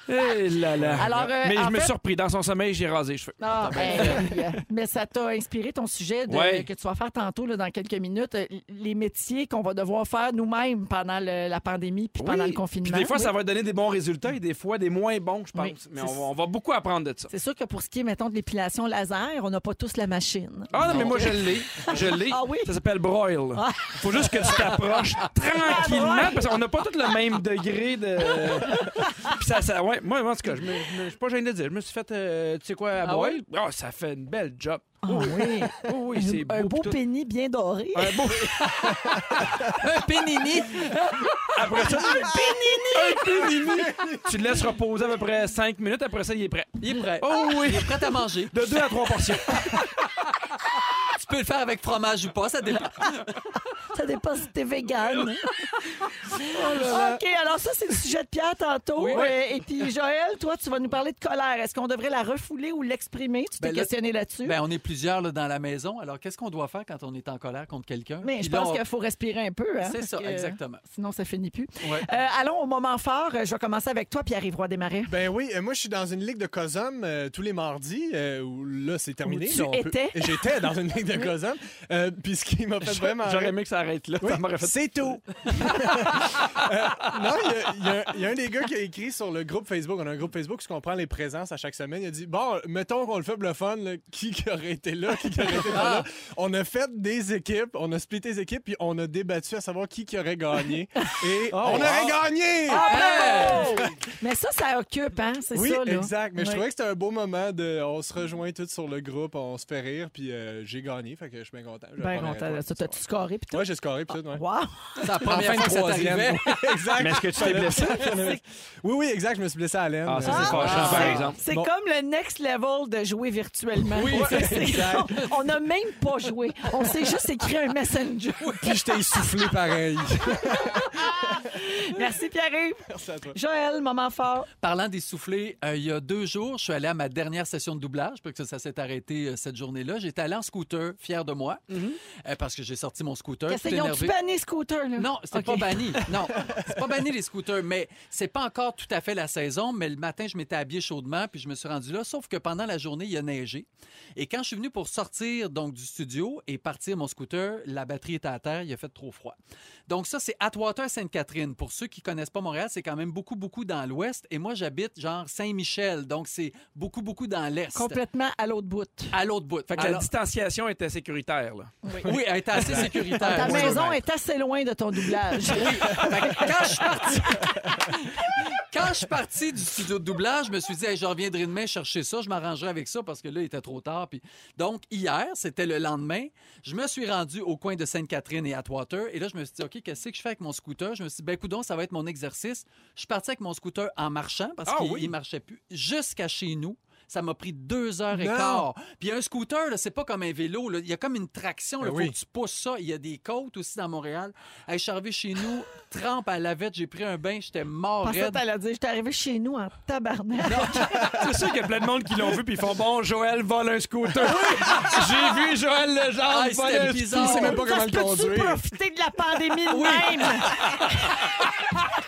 C: Hey là là.
B: Alors, euh,
C: Mais je
B: en
C: me
B: fait-
C: suis surpris. Dans son sommeil, j'ai rasé les cheveux.
B: Ah, hey, euh, mais ça t'a inspiré ton sujet de-
C: Ouais.
B: que tu vas faire tantôt là, dans quelques minutes, euh, les métiers qu'on va devoir faire nous-mêmes pendant le- la pandémie puis pendant le confinement.
C: Puis des fois,
B: Oui.
C: ça va donner des bons résultats et des fois des moins bons, je pense.
B: Oui,
C: Mais
B: c'est-
C: on, va- on va beaucoup apprendre de ça.
B: C'est sûr que pour ce qui est, mettons, de l'épilation laser, on n'a pas tous la machine.
C: Ah non, Ah. mais
B: Donc,
C: moi, je
B: euh,
C: l'ai. Je l'ai.
B: Ah oui?
C: Ça s'appelle broil. Faut juste que tu *laughs* t'approches tranquillement parce qu'on n'a pas tous le même degré *laughs* de. Puis ça, ça- ouais, moi, en tout cas, je me- je me- je suis pas gêné de dire. Je me suis fait, euh, tu sais quoi, à broil. Ah, ça fait une belle job.
B: ah oui.
C: Oh oui, c'est beau.
B: Un beau
C: pis tout. Ah,
B: pénis bien doré.
C: Un *laughs* beau.
D: Un *laughs* pénini.
C: Après ça, un pinini. Tu le laisses reposer à peu près 5 minutes. Après ça, il est prêt.
D: Il est prêt.
C: Oh oui.
D: Il est prêt à manger.
C: De 2 à 3 portions.
D: Tu peux le faire avec fromage ou pas, ça dépend.
B: Ça dépend si t'es
D: *laughs*
B: vegan.
D: Oh
B: OK, alors ça, c'est le sujet de Pierre tantôt.
D: Oui.
B: Euh, et puis, Joël, toi, tu vas nous parler de colère. Est-ce qu'on devrait la refouler ou l'exprimer? Tu t'es
D: Ben là-
B: questionné là-dessus.
D: Ben, on est plusieurs là, dans la maison. Alors, qu'est-ce qu'on doit faire quand on est en colère contre quelqu'un?
B: Mais je
D: Puis là,
B: pense
D: on-
B: qu'il faut respirer un peu. hein,
D: C'est
B: parce
D: ça,
B: que *laughs*
D: exactement.
B: Sinon, ça finit plus.
D: Ouais.
B: Euh, allons au moment fort. Euh, Je vais commencer avec toi, Pierre-Yvroy Desmarais.
A: Ben oui, euh, moi je suis dans une ligue de COSOM euh, tous les mardis, euh, où là c'est terminé.
B: tu
A: mais on
B: étais.
A: J'étais dans une ligue de COSOM. Euh, Puis ce qui m'a fait vraiment.
C: *laughs* J'aurais
A: rire-
C: aimé que ça arrête là.
A: Oui,
C: Ça m'aurait fait
A: c'est tout. *laughs* Euh, non, il y a- il y, a un- il y a un des gars qui a écrit sur le groupe Facebook. On a un groupe Facebook où on prend les présences à chaque semaine. Il a dit Bon, mettons qu'on le fait pour le fun, là, qui, qui aurait été là, qui, qui aurait été
C: *laughs*
A: pas là. On a fait des équipes, on a splitté les équipes, puis on a débattu à savoir qui, qui aurait gagné. Et
C: Oh,
A: on aurait
C: Ah,
A: gagné
D: Ah,
B: Mais ça, ça occupe, hein? C'est
A: Oui,
B: ça, là.
A: exact. Mais je
B: Ouais.
A: trouvais que c'était un beau moment de. On se rejoint tous sur le groupe, on se fait rire, puis euh, j'ai gagné, fait que je suis bien content. J'ai la
B: Ben
A: première
B: content.
A: étoile,
B: Ça,
A: c'est
B: t'as-tu scoré? Puis
A: ça.
B: tout?
A: Ouais, j'ai scoré, puis tout, ouais.
B: Wow!
D: C'est la première
A: fin de
D: fois que ça
A: troisième.
D: t'arrivait.
A: *laughs* exact.
C: Mais est-ce que tu
A: *laughs*
C: t'es blessé?
A: Oui, oui, exact. Je me suis blessé à l'aine.
C: Ah, ça,
A: Euh,
C: c'est fâchant,
D: Ah.
C: par
A: *laughs*
D: C'est-
C: exemple.
B: C'est
A: Bon.
B: comme le next level de jouer virtuellement.
A: Oui,
B: Ça, c'est-
A: exact.
B: on n'a même pas joué. On s'est juste écrit un messenger.
C: *laughs*
A: Puis je t'ai essoufflé pareil.
B: Merci, Pierre-Yves.
A: Merci à toi.
B: Joël, moment fort.
D: Parlant des soufflés, euh, il y a deux jours, je suis allé à ma dernière session de doublage, parce que ça s'est arrêté euh, cette journée-là. J'étais allé en scooter, fier de moi, euh, parce que j'ai sorti mon scooter.
B: Mhm. Qu'est-ce
D: tout
B: qu'ils ont-tu
D: énervé.
B: banni, scooter? Là?
D: Non, c'est
B: Ok.
D: pas
B: *laughs*
D: banni. Non, c'est pas banni les scooters, mais c'est pas encore tout à fait la saison. Mais le matin, je m'étais habillé chaudement, puis je me suis rendu là. Sauf que pendant la journée, il a neigé. Et quand je suis venu pour sortir donc du studio et partir mon scooter, la batterie était à terre. Il a fait trop froid. Donc ça, c'est Atwater Sainte-Catherine. Pour ceux qui connaissent pas Montréal, c'est quand même beaucoup beaucoup dans l'Ouest. Et moi, j'habite genre Saint-Michel, donc c'est beaucoup beaucoup dans l'Est.
B: Complètement à l'autre bout.
D: À l'autre bout.
C: Fait que la
D: Alors-
C: distanciation était sécuritaire. Là.
D: Oui, elle
B: *laughs*
D: était assez sécuritaire.
B: Ta
D: Ah, Oui.
B: maison est assez loin de ton doublage.
D: Fait que quand je suis parti... *laughs* Quand je suis parti du studio de doublage, je me suis dit, Hey, je reviendrai demain chercher ça, je m'arrangerai avec ça parce que là, il était trop tard. Puis... Donc, hier, c'était le lendemain, je me suis rendu au coin de Sainte-Catherine et Atwater. Et là, je me suis dit, OK, qu'est-ce que je fais avec mon scooter? Je me suis dit, ben, coudon, ça va être mon exercice. Je suis parti avec mon scooter en marchant parce
C: Ah
D: qu'il
C: oui.
D: il marchait plus jusqu'à chez nous. Ça m'a pris deux heures et
A: Non.
D: quart. Ah. Puis un scooter, là, c'est pas comme un vélo. là. Il y a comme une traction. Il
A: Ben
D: faut
A: oui.
D: que tu pousses ça. Il y a des côtes aussi dans Montréal. Hey, je suis arrivé chez
C: *laughs*
D: nous, trempe à la lavette, j'ai pris un bain, j'étais mort
B: pensais que
D: raide.
B: t'allais dire, j'étais arrivé chez nous en tabarnak.
C: C'est sûr qu'il y a plein de monde qui l'ont vu puis ils font bon, Joël vole un scooter. J'ai vu Joël Legendre
D: Ah,
C: voler un
D: c'était bizarre.
A: C'est même pas
B: Ça
A: comment
B: se
A: le
B: peut-tu
A: conduire.
B: profiter de la pandémie de même?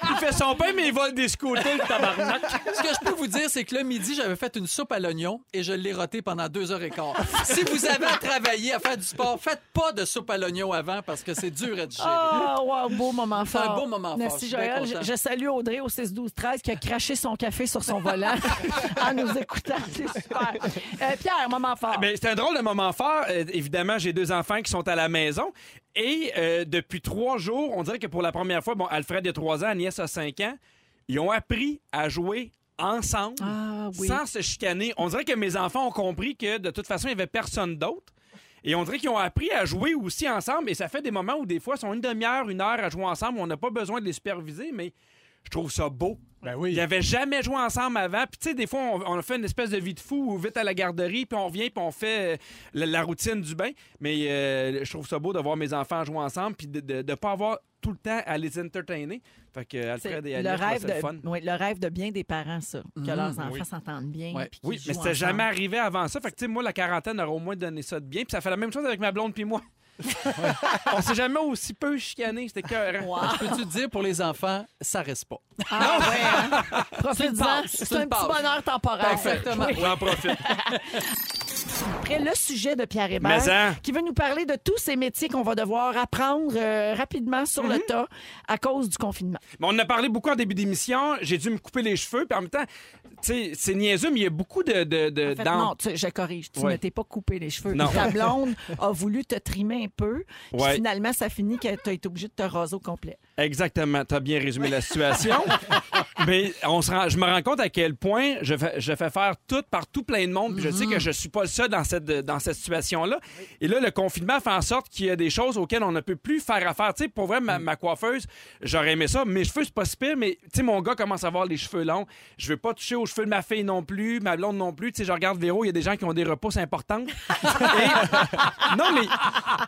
C: Il fait son pain, mais il vole des scooters, le tabarnak.
D: Ce que je peux vous dire, c'est que le midi, j'avais fait une soupe à l'oignon et je l'ai rotée pendant deux heures
B: *laughs*
D: et quart. si vous avez à travailler, à faire du sport, faites pas de soupe à l'oignon avant parce que c'est dur à digérer.
B: Oh, wow, beau moment
D: C'est
B: fort.
D: un beau moment fort, je
B: Merci,
D: suis bien
B: Joël.
D: content.
B: Je, je salue Audrey au 6-12-13 qui a craché son café sur son
D: *laughs*
B: volant en nous écoutant. C'est super. Euh, Pierre, moment fort.
C: Ben, c'est un drôle de moment fort. Euh, évidemment, j'ai deux enfants qui sont à la maison. Et euh, depuis trois jours, on dirait que pour la première fois, bon, Alfred a trois ans, Agnès a cinq ans, ils ont appris à jouer ensemble
B: Ah oui.
C: sans se chicaner. On dirait que mes enfants ont compris que de toute façon, il n'y avait personne d'autre. Et on dirait qu'ils ont appris à jouer aussi ensemble. Et ça fait des moments où des fois, ils sont une demi-heure, une heure à jouer ensemble. On n'a pas besoin de les superviser, mais je trouve ça beau.
A: Ben oui.
C: Ils n'avaient jamais joué ensemble avant. Puis, tu sais, des fois, on, on fait une espèce de vie de fou ou vite à la garderie, puis on revient, puis on fait euh, la, la routine du bain. Mais euh, je trouve ça beau de voir mes enfants jouer ensemble, puis de ne pas avoir tout le temps à les entertainer. Fait que euh,
B: C'est
C: Alfred et
B: le
C: Agnès,
B: rêve,
C: c'est le fun.
B: de, oui, le rêve de bien des parents, ça. Que
D: Mhm,
B: leurs enfants
C: oui.
B: s'entendent bien.
D: Ouais.
B: puis qu'ils
C: Oui, mais
B: jouent
C: c'était jamais
B: ensemble.
C: arrivé avant ça. Fait que, tu sais, moi, la quarantaine aurait au moins donné ça de bien. Puis ça fait la même chose avec ma blonde puis moi. *laughs* on s'est jamais aussi peu
B: *laughs*
C: chicané. C'était cœur.
D: Je peux-tu te dire, pour les enfants, ça reste pas.
B: Ah,
C: *laughs*
B: ouais, hein? Profite-en.
D: passes,
B: C'est
D: tu
B: un
D: le
B: petit
D: passes.
B: bonheur temporaire.
D: Exactement.
C: On en profite.
B: Après le sujet de Pierre Hébert.
C: Mais hein,
B: qui veut nous parler de tous ces métiers qu'on va devoir apprendre euh, rapidement sur
D: Mm-hmm.
B: le tas à cause du confinement.
C: Mais on en a parlé beaucoup en début d'émission. J'ai dû me couper les cheveux. Puis en même temps, tu sais, c'est niaiseux, mais il y a beaucoup de. de, de
B: En fait,
C: d'en-
B: non, tu- je corrige. Tu
C: Ouais.
B: ne t'es pas coupé les cheveux.
C: Non. *laughs*
B: Ta blonde a voulu te trimer un peu. puis
C: Ouais.
B: Finalement, ça finit que tu as été obligé de te raser au complet.
C: Exactement. Tu as bien résumé la situation. Mais on se rend- je me rends compte à quel point je fais, je fais faire tout par tout plein de monde. Puis je sais que je suis pas le seul dans cette, dans cette situation-là. Et là, le confinement fait en sorte qu'il y a des choses auxquelles on ne peut plus faire affaire. Tu sais, pour vrai, ma, ma coiffeuse, j'aurais aimé ça. Mes cheveux, c'est pas si pire, mais tu sais, mon gars commence à avoir les cheveux longs. Je veux pas toucher aux cheveux de ma fille non plus, ma blonde non plus. Tu sais, je regarde Véro, il y a des gens qui ont des repousses importantes. Et- Non, mais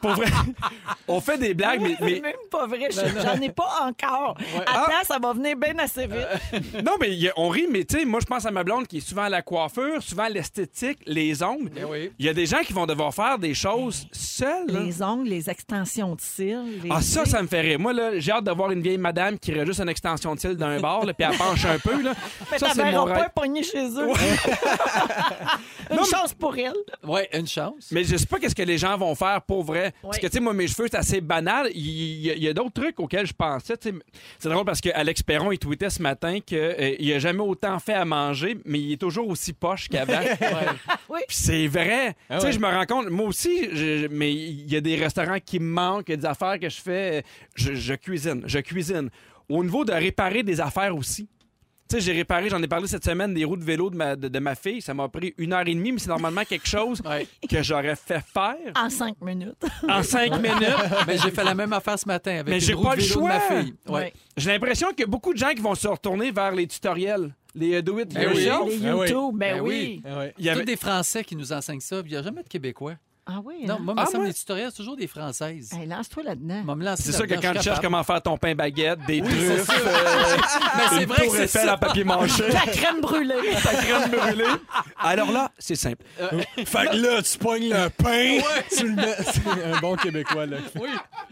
C: pour vrai, *laughs* on fait des blagues, Ah,
B: *laughs*
C: mais- mais Ben
B: C'est même pas vrai. je- J'en ai pas encore. Attends,
C: Ah.
B: ça va venir bien assez
C: Euh,
B: vite.
C: Non, mais il y a- on rit, mais tu sais, moi, je pense à ma blonde qui est souvent à la coiffure, souvent à l'esthétique, les ongles.
D: Eh oui.
C: Il y a des gens qui vont devoir faire des choses seuls. hein.
B: les ongles, les extensions de cils. les-
C: Ah, ça, ça me fait rire. Moi, là, j'ai hâte de voir une vieille madame qui aurait juste une extension de cils d'un bord, là, puis elle penche un peu. Là.
B: *laughs* Mais
C: Ça,
B: ta
C: c'est
B: mère
C: mon
B: a
C: rêve.
B: pas pogné chez eux. *laughs* Une
C: Non, mais-
B: chance pour elle.
D: Ouais, une chance.
C: Mais je sais pas qu'est-ce que les gens vont faire pour vrai. Parce que, tu sais, moi, mes cheveux, c'est assez banal. Il il y, a- il y a d'autres trucs auxquels je pensais. tu sais. C'est drôle parce que Alex Perron, il tweetait ce matin qu'il a jamais autant fait à manger, mais il est toujours aussi poche
B: *laughs*
C: qu'avant.
B: Oui.
C: Puis c'est vrai.
A: Ah
C: tu sais,
A: ouais.
C: je me rends compte, moi aussi, je- je- mais il y a des restaurants qui me manquent, il y a des affaires que je fais. Je, je cuisine, je cuisine. Au niveau de réparer des affaires aussi. Tu sais, j'ai réparé, j'en ai parlé cette semaine, des roues de vélo de ma, de, de ma fille. Ça m'a pris une heure et demie, mais c'est normalement quelque chose
D: *laughs* Ouais. Ah.
C: que j'aurais fait faire
B: En cinq minutes.
C: en cinq minutes.
D: Mais j'ai fait la même affaire ce matin avec
C: Mais
D: une
C: j'ai
D: roue
C: pas
D: de
C: le
D: vélo de ma
C: choix.
D: fille. Ouais.
C: J'ai l'impression qu'il y a beaucoup de gens qui vont se retourner vers les tutoriels, les euh, do it
D: Ben oui.
C: yourself.
B: Les
A: Ben oui.
B: YouTube, ben,
D: Ben
B: oui.
D: oui.
A: Ah ouais.
C: Il y avait-
D: Tous des Français qui nous enseignent ça. puis Il n'y a jamais de Québécois.
B: Ah oui?
D: Non,
B: hein?
D: moi, me
C: Ah,
D: semble
C: ouais?
D: les tutoriels, c'est toujours des françaises.
B: Hey, lance-toi là-dedans.
D: Moi, me lancer
C: C'est sûr que
D: là-dedans,
C: quand
D: je
C: tu
D: suis
C: cherches
D: capable.
C: comment faire ton pain baguette, des
D: C'est
C: truffes, euh,
D: sûr. Mais *laughs* c'est vrai que
C: tour
D: c'est
C: Eiffel en
D: ça.
C: papier
D: *laughs*
C: mâché,
B: La crème
C: *laughs*
B: brûlée.
C: ta crème brûlée. Alors là, c'est simple.
A: Fait que là, tu pognes le pain. tu le mets- *laughs* C'est un bon Québécois, là.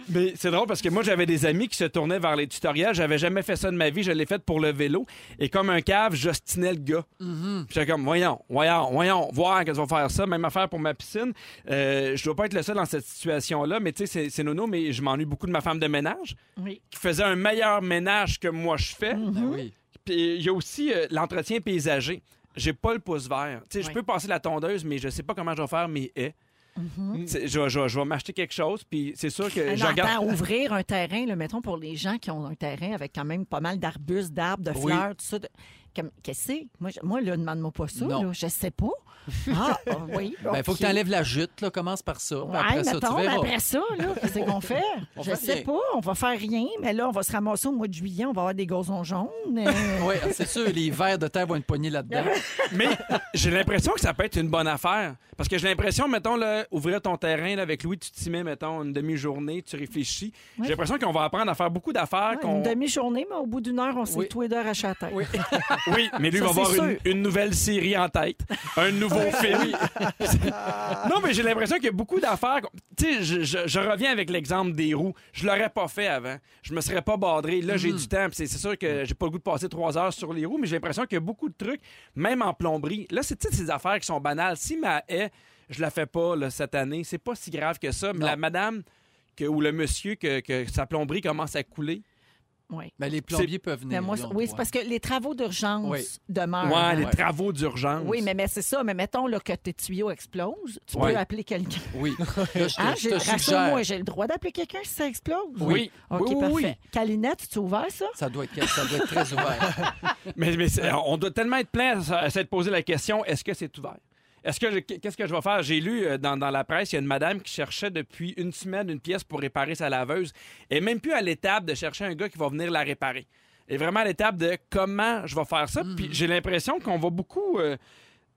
C: Mais c'est drôle parce que moi, j'avais des amis qui se tournaient vers les tutoriels. J'avais jamais fait ça de ma vie. Je l'ai fait pour le vélo. Et comme un cave, j'ostinais le gars. Puis J'étais comme, voyons, voyons, voyons, voir qu'elles vont faire ça. Même affaire pour ma piscine. Euh, je dois pas être le seul dans cette situation-là. Mais tu sais, c'est- c'est nono, mais je m'ennuie beaucoup de ma femme de ménage
B: Oui.
C: qui faisait un meilleur ménage que moi je fais.
B: Mhm.
D: Ben oui.
C: Puis il y a aussi euh, l'entretien paysager. J'ai pas le pouce vert. Tu sais, je
B: Ouais.
C: peux passer la tondeuse, mais je sais pas comment je vais faire mes haies.
B: Mhm.
C: Tu sais, Je, vais- je vais- je vais m'acheter quelque chose, puis c'est sûr
D: Euh,
C: que je
B: Alors,
C: regarde.
B: attends, ouvrir un terrain, là, mettons, pour les gens qui ont un terrain avec quand même pas mal d'arbustes, d'arbres, de
C: Oui.
B: fleurs, tout ça. de- Comme- Qu'est-ce que c'est? Moi, je- moi, là, demande-moi pas ça.
D: Non.
B: Là, je sais pas. Ah,
D: *laughs*
B: ah, oui.
D: Ben, faut que tu enlèves la jute, là. Commence par ça. Puis après ça, tu verras.
B: après ça, là, qu'est-ce
D: *laughs*
B: qu'on fait?
D: On
B: je
D: fait
B: sais
D: rien.
B: pas, on va faire rien, mais là, on va se ramasser au mois de juillet, on va avoir des gazons jaunes. euh,
D: *laughs* Oui, c'est sûr, les vers de terre vont être poignés
B: *laughs*
D: là-dedans.
C: Mais j'ai l'impression que ça peut être une bonne affaire. Parce que j'ai l'impression, mettons, là, ouvrir ton terrain là, avec Louis, tu t'y mets, mettons, une demi-journée, tu réfléchis. J'ai l'impression qu'on va apprendre à faire beaucoup d'affaires.
B: ouais,
C: qu'on-
B: Une demi-journée, mais au bout d'une heure, on s'est
D: Oui.
B: tous les deux arrachés la tête.
D: Oui.
C: Oui, mais lui
B: Ça,
C: va
B: c'est
C: avoir une,
B: sûr.
C: une nouvelle série en tête, un nouveau film. non, mais j'ai l'impression qu'il y a beaucoup d'affaires. qu'on- Tu sais, je, je- je reviens avec l'exemple des roues. Je l'aurais pas fait avant. Je me serais pas badré. Là, j'ai du temps. puis C'est c'est sûr que j'ai pas le goût de passer trois heures sur les roues, mais j'ai l'impression qu'il y a beaucoup de trucs, même en plomberie. Là, c'est tu sais, ces affaires qui sont banales. Si ma haie, je la fais pas là, cette année, c'est pas si grave que ça. Mais
D: Non.
C: la madame que- ou le monsieur que, que sa plomberie commence à couler.
B: Ouais.
D: Ben, les plombiers peuvent venir.
B: Mais moi,
D: ils ont le
B: oui, c'est
D: droit.
B: parce que les travaux d'urgence
D: Oui.
B: demeurent.
C: Ouais,
B: hein.
C: les
D: ouais.
C: travaux d'urgence.
B: Oui, mais, mais c'est ça. Mais mettons là, que tes tuyaux explosent, tu
C: Ouais.
B: peux appeler quelqu'un. *laughs*
D: Oui. Là, je te,
B: Hein,
D: je
B: j'ai-
D: te
B: Rassure-moi,
D: suggère.
B: j'ai le droit d'appeler quelqu'un si ça explose.
C: Oui.
B: OK,
C: Oui, oui,
B: parfait.
C: oui.
B: Calinette, tu as ouvert ça?
D: Ça doit, être, ça doit être
B: *laughs*
D: très ouvert.
C: Mais, mais c'est- on doit tellement être plein à, à s'être posé la question est-ce que c'est ouvert est-ce que je- qu'est-ce que je vais faire? J'ai lu euh, dans, dans la presse, il y a une madame qui cherchait depuis une semaine une pièce pour réparer sa laveuse et même plus à l'étape de chercher un gars qui va venir la réparer. Et vraiment à l'étape de comment je vais faire ça. Puis j'ai l'impression qu'on va beaucoup euh,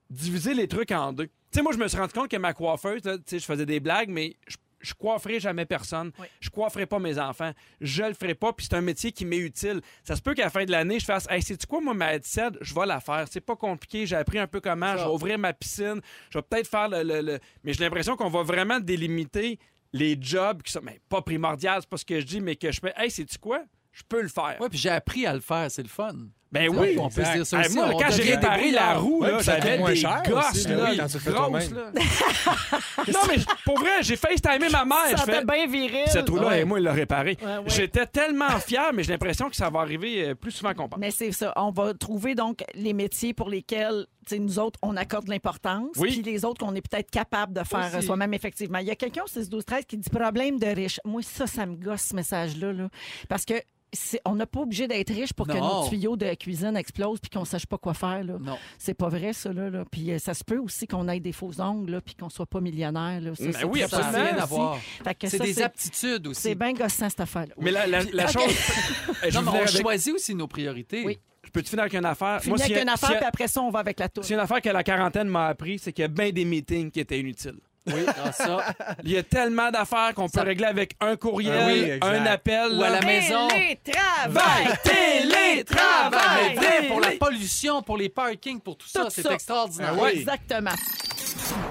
C: diviser les trucs en deux. Tu sais, moi, je me suis rendu compte que ma coiffeuse, là, tu sais, je faisais des blagues, mais je, je coifferai jamais personne.
B: Oui.
C: Je coifferai pas mes enfants. Je le ferai pas. Puis c'est un métier qui m'est utile. Ça se peut qu'à la fin de l'année, je fasse, hey, c'est quoi, moi, ma headset, je vais la faire. C'est pas compliqué. J'ai appris un peu comment. Je vais ouvrir ma piscine. Je vais peut-être faire le. le- le- Mais j'ai l'impression qu'on va vraiment délimiter les jobs qui sont, mais pas primordial, c'est pas ce que je dis, mais que je fais, hey, c'est-tu quoi? Je peux le faire.
D: Oui, puis j'ai appris à le faire, c'est le fun.
C: Ben
D: Donc,
C: oui,
D: on peut se dire ça
C: Hey,
D: aussi,
C: moi,
D: on
C: quand j'ai
D: devient
C: réparé la
D: débrouillard.
C: roue,
A: Ouais,
C: là,
A: puis ça
C: j'avais
A: coûte moins
C: des
A: cher
C: gosses,
A: aussi,
C: là,
A: ben oui,
C: des
A: quand tu le fais
C: grosses,
A: toi-même.
C: là. *laughs* non, mais pour vrai, j'ai FaceTimé ma mère. je fais,
B: bien viril.
C: cette roue-là,
D: Ouais.
C: et moi, il l'a réparée.
B: Ouais, ouais.
C: J'étais tellement fier, mais j'ai l'impression que ça va arriver euh, plus souvent qu'on pense.
B: Ah, Mais c'est ça. On va trouver donc les métiers pour lesquels tu sais, nous autres, on accorde l'importance,
C: Oui.
B: puis les autres qu'on est peut-être capable de faire
D: Aussi.
B: euh, soi-même, effectivement. Il y a quelqu'un au 6-12-13 qui dit problème de riche. Moi, ça, ça me gosse, ce message-là. là. Parce que c'est- on n'a pas obligé d'être riche pour que
D: Non.
B: nos tuyaux de cuisine explosent puis qu'on sache pas quoi faire. Là.
D: Non.
B: C'est pas vrai, ça. Là, là. Puis euh, ça se peut aussi qu'on ait des faux ongles là, puis qu'on soit pas millionnaire. Là. Ça,
C: Mais
B: c'est
C: oui,
B: tout
D: Ça n'a
B: ça
C: absolument.
D: Ben rien à
B: aussi.
D: voir.
B: Fait que
D: C'est
B: ça,
D: des
B: c'est-
D: aptitudes
B: C'est
D: aussi.
B: bien gossant, cette affaire-là.
C: Mais la, la- la chose. Hey, je
D: Non,
C: vous
D: mais
C: dirais
D: on
C: avec-
D: choisit aussi nos priorités.
B: Oui.
C: Je peux te finir avec une affaire.
B: Fini
C: s'il
B: avec
C: y a-
B: une affaire,
C: s'il y a-
B: puis après ça, on va avec la tour.
C: s'il y a une affaire que la quarantaine m'a appris, c'est qu'il y a bien des meetings qui étaient inutiles.
D: Oui, ah,
B: *laughs*
D: ça.
C: Il y a tellement d'affaires qu'on peut régler avec un courriel,
A: Ah oui, exact.
C: un appel.
D: Ou à la
C: là.
D: maison.
B: Télétravail!
D: Télétravail! Ah, ben, Mais Pour la pollution, pour les parkings, pour tout ça,
B: Ah, ben, Tout
D: c'est
B: ça. Ben
D: extraordinaire.
A: Ah oui.
B: Exactement.